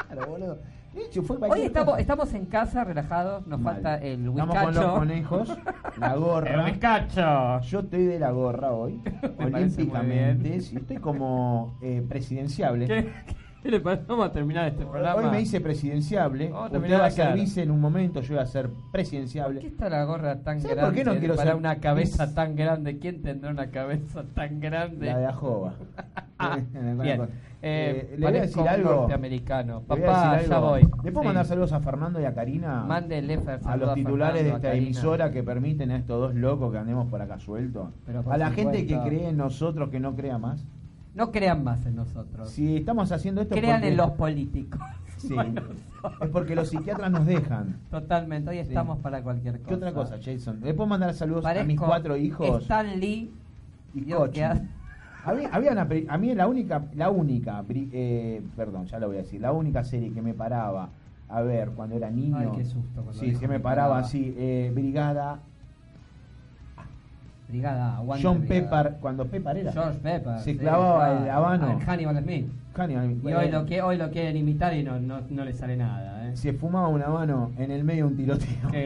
Claro, boludo. Bicho, fue
Hoy
cualquier
estamos,
cosa.
estamos en casa relajados, nos
Mal.
falta el
Estamos con los
whiskacho.
conejos, la
El
gorra.
bizcacho.
Yo estoy de la gorra hoy,
parece muy
olímpicamente. sí, estoy como eh, presidenciable.
¿Qué?
¿Qué le parece? Vamos a terminar este programa. Oh,
Hoy me hice presidenciable.
Vamos a
Usted
terminar
va a
la
ser
cara.
vice en un momento, yo voy a ser presidenciable.
¿Qué está la gorra tan
¿Sabe
grande?
por qué no quiero
para
ser-
una cabeza tan grande. ¿Quién tendrá una cabeza tan grande?
La de Ajoba.
Ah, Bien. Eh,
le voy a decir algo.
norteamericano.
le voy a
Papá,
decir
ya
algo.
voy.
¿Le puedo
Sí.
mandar saludos a Fernando y a Karina?
Mándele Fer,
a
saludos
los titulares de
Fernando, a
esta
Karina.
emisora que permiten a estos dos locos que andemos por acá sueltos.
Pero por
A la gente que
supuesto.
cree en nosotros que no crea más.
No crean más en nosotros.
Si estamos haciendo esto. es
crean
porque-
en los políticos.
Sí. Es porque los psiquiatras nos dejan.
Totalmente, hoy estamos para cualquier cosa.
¿Qué otra cosa, Jason? ¿Le puedo mandar saludos a mis
Parezco
cuatro hijos?
Stan Lee
y
Dios,
Koch.
que hace-
Había, había una peli- a mí la única, la única, pri- eh, perdón, ya lo voy a decir, la única serie que me paraba a ver cuando era niño.
Ay, qué susto cuando
Sí,
dijo
se me
que
paraba
paraba.
así, eh, Brigada,
Brigada, aguante.
John
Brigada.
Pepper, cuando Pepper era.
George Pepper.
Se
sí,
clavaba
claro.
el habano.
Al Hannibal Smith.
Hannibal,
Y hoy lo, que, hoy lo quieren imitar y no, no, no le sale nada. ¿eh?
Se fumaba una mano en el medio de un tiroteo.
Qué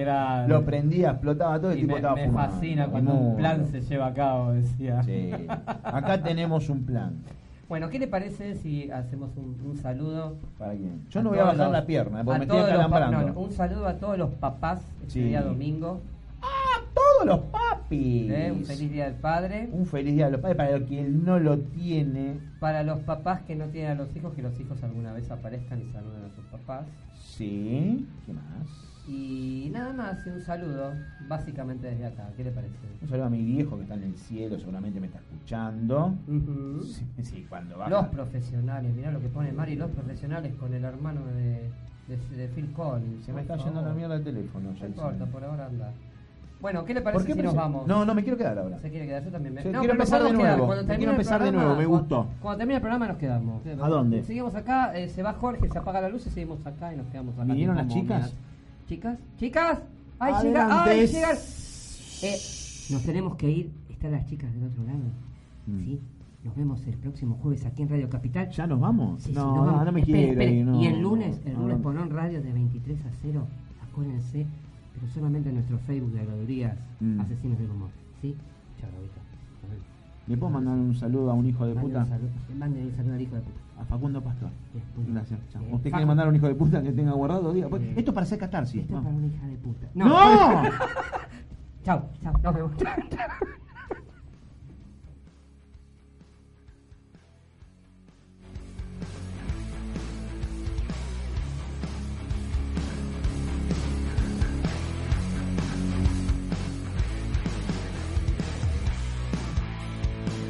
grande.
Lo prendía, explotaba todo, el
Y
tipo
me,
estaba
me
fumando.
fascina cuando un
Inmundo.
plan se lleva a cabo, decía.
Sí. Acá tenemos un plan.
Bueno, ¿qué le parece si hacemos un, un saludo?
¿Para quién? Yo
a
no voy a
todos
bajar
los-
la pierna, porque
a
me estoy
todos los pa-
acalambrando.
no, no, un saludo a todos los papás este
Sí.
día domingo.
¡Ah! ¡Todos los papis!
¿eh? Un feliz día del padre.
Un feliz día a los padres para quien no lo tiene.
Para los papás que no tienen a los hijos, que los hijos alguna vez aparezcan y saluden a sus papás.
Sí. ¿Qué más?
Y nada más, y un saludo, básicamente desde acá. ¿Qué le parece?
Un saludo a mi viejo que está en el cielo, seguramente me está escuchando.
Ujú.
Sí, sí, cuando va.
Los profesionales, mirá lo que pone Mari, los profesionales con el hermano de, de- de Phil Collins.
Se me
por
está yendo la
favor.
mierda el teléfono.
No
Jason.
importa, por ahora anda. Bueno, ¿qué le
¿Por
parece
qué
si nos
presi-
vamos?
No, no, me quiero quedar ahora.
¿Se quiere quedar? Yo también me...
Yo
No,
quiero
pero
empezar
nos
de
podemos
nuevo.
Cuando
Yo
termine
quiero
el
empezar de
programa-
nuevo, me
cuando-
gustó.
Cuando, termine el programa nos quedamos.
¿A dónde?
Seguimos acá, eh, se va Jorge, se apaga la luz y seguimos acá y nos quedamos acá.
¿Vinieron
tipo
las chicas?
momias. ¿Chicas? ¿Chicas? ¡Ay, llega!
Adelante.
¡Ay, llega! Eh, nos tenemos que ir. Están las chicas del otro lado.
Mm.
¿Sí? Nos vemos el próximo jueves aquí en Radio Capital.
¿Ya nos vamos?
Sí, sí,
no,
nos vamos.
no, no me
Espere,
quiero.
espere.
ir, no. Ah.
Y el lunes, el
No,
lunes
no.
ponón radio de 23 a 0, acuérdense, pero solamente en nuestro Facebook de Agradurías
Mm.
Asesinos del Humor. ¿Sí? Chao, Robito. Nos vemos.
¿Le puedo mandar un saludo a un hijo de
Manden
puta?
un saludo- Manden un saludo al hijo de puta.
A Facundo Pastor.
Bien, muy bien.
Gracias. chao.
Eh,
¿Usted quiere
Facu-
mandar a un hijo de puta que tenga guardado? Diga, pues,
Eh,
Esto es para hacer catarsis.
Esto es
vamos.
para una hija de puta.
¡No!
Chao, chao, nos vemos.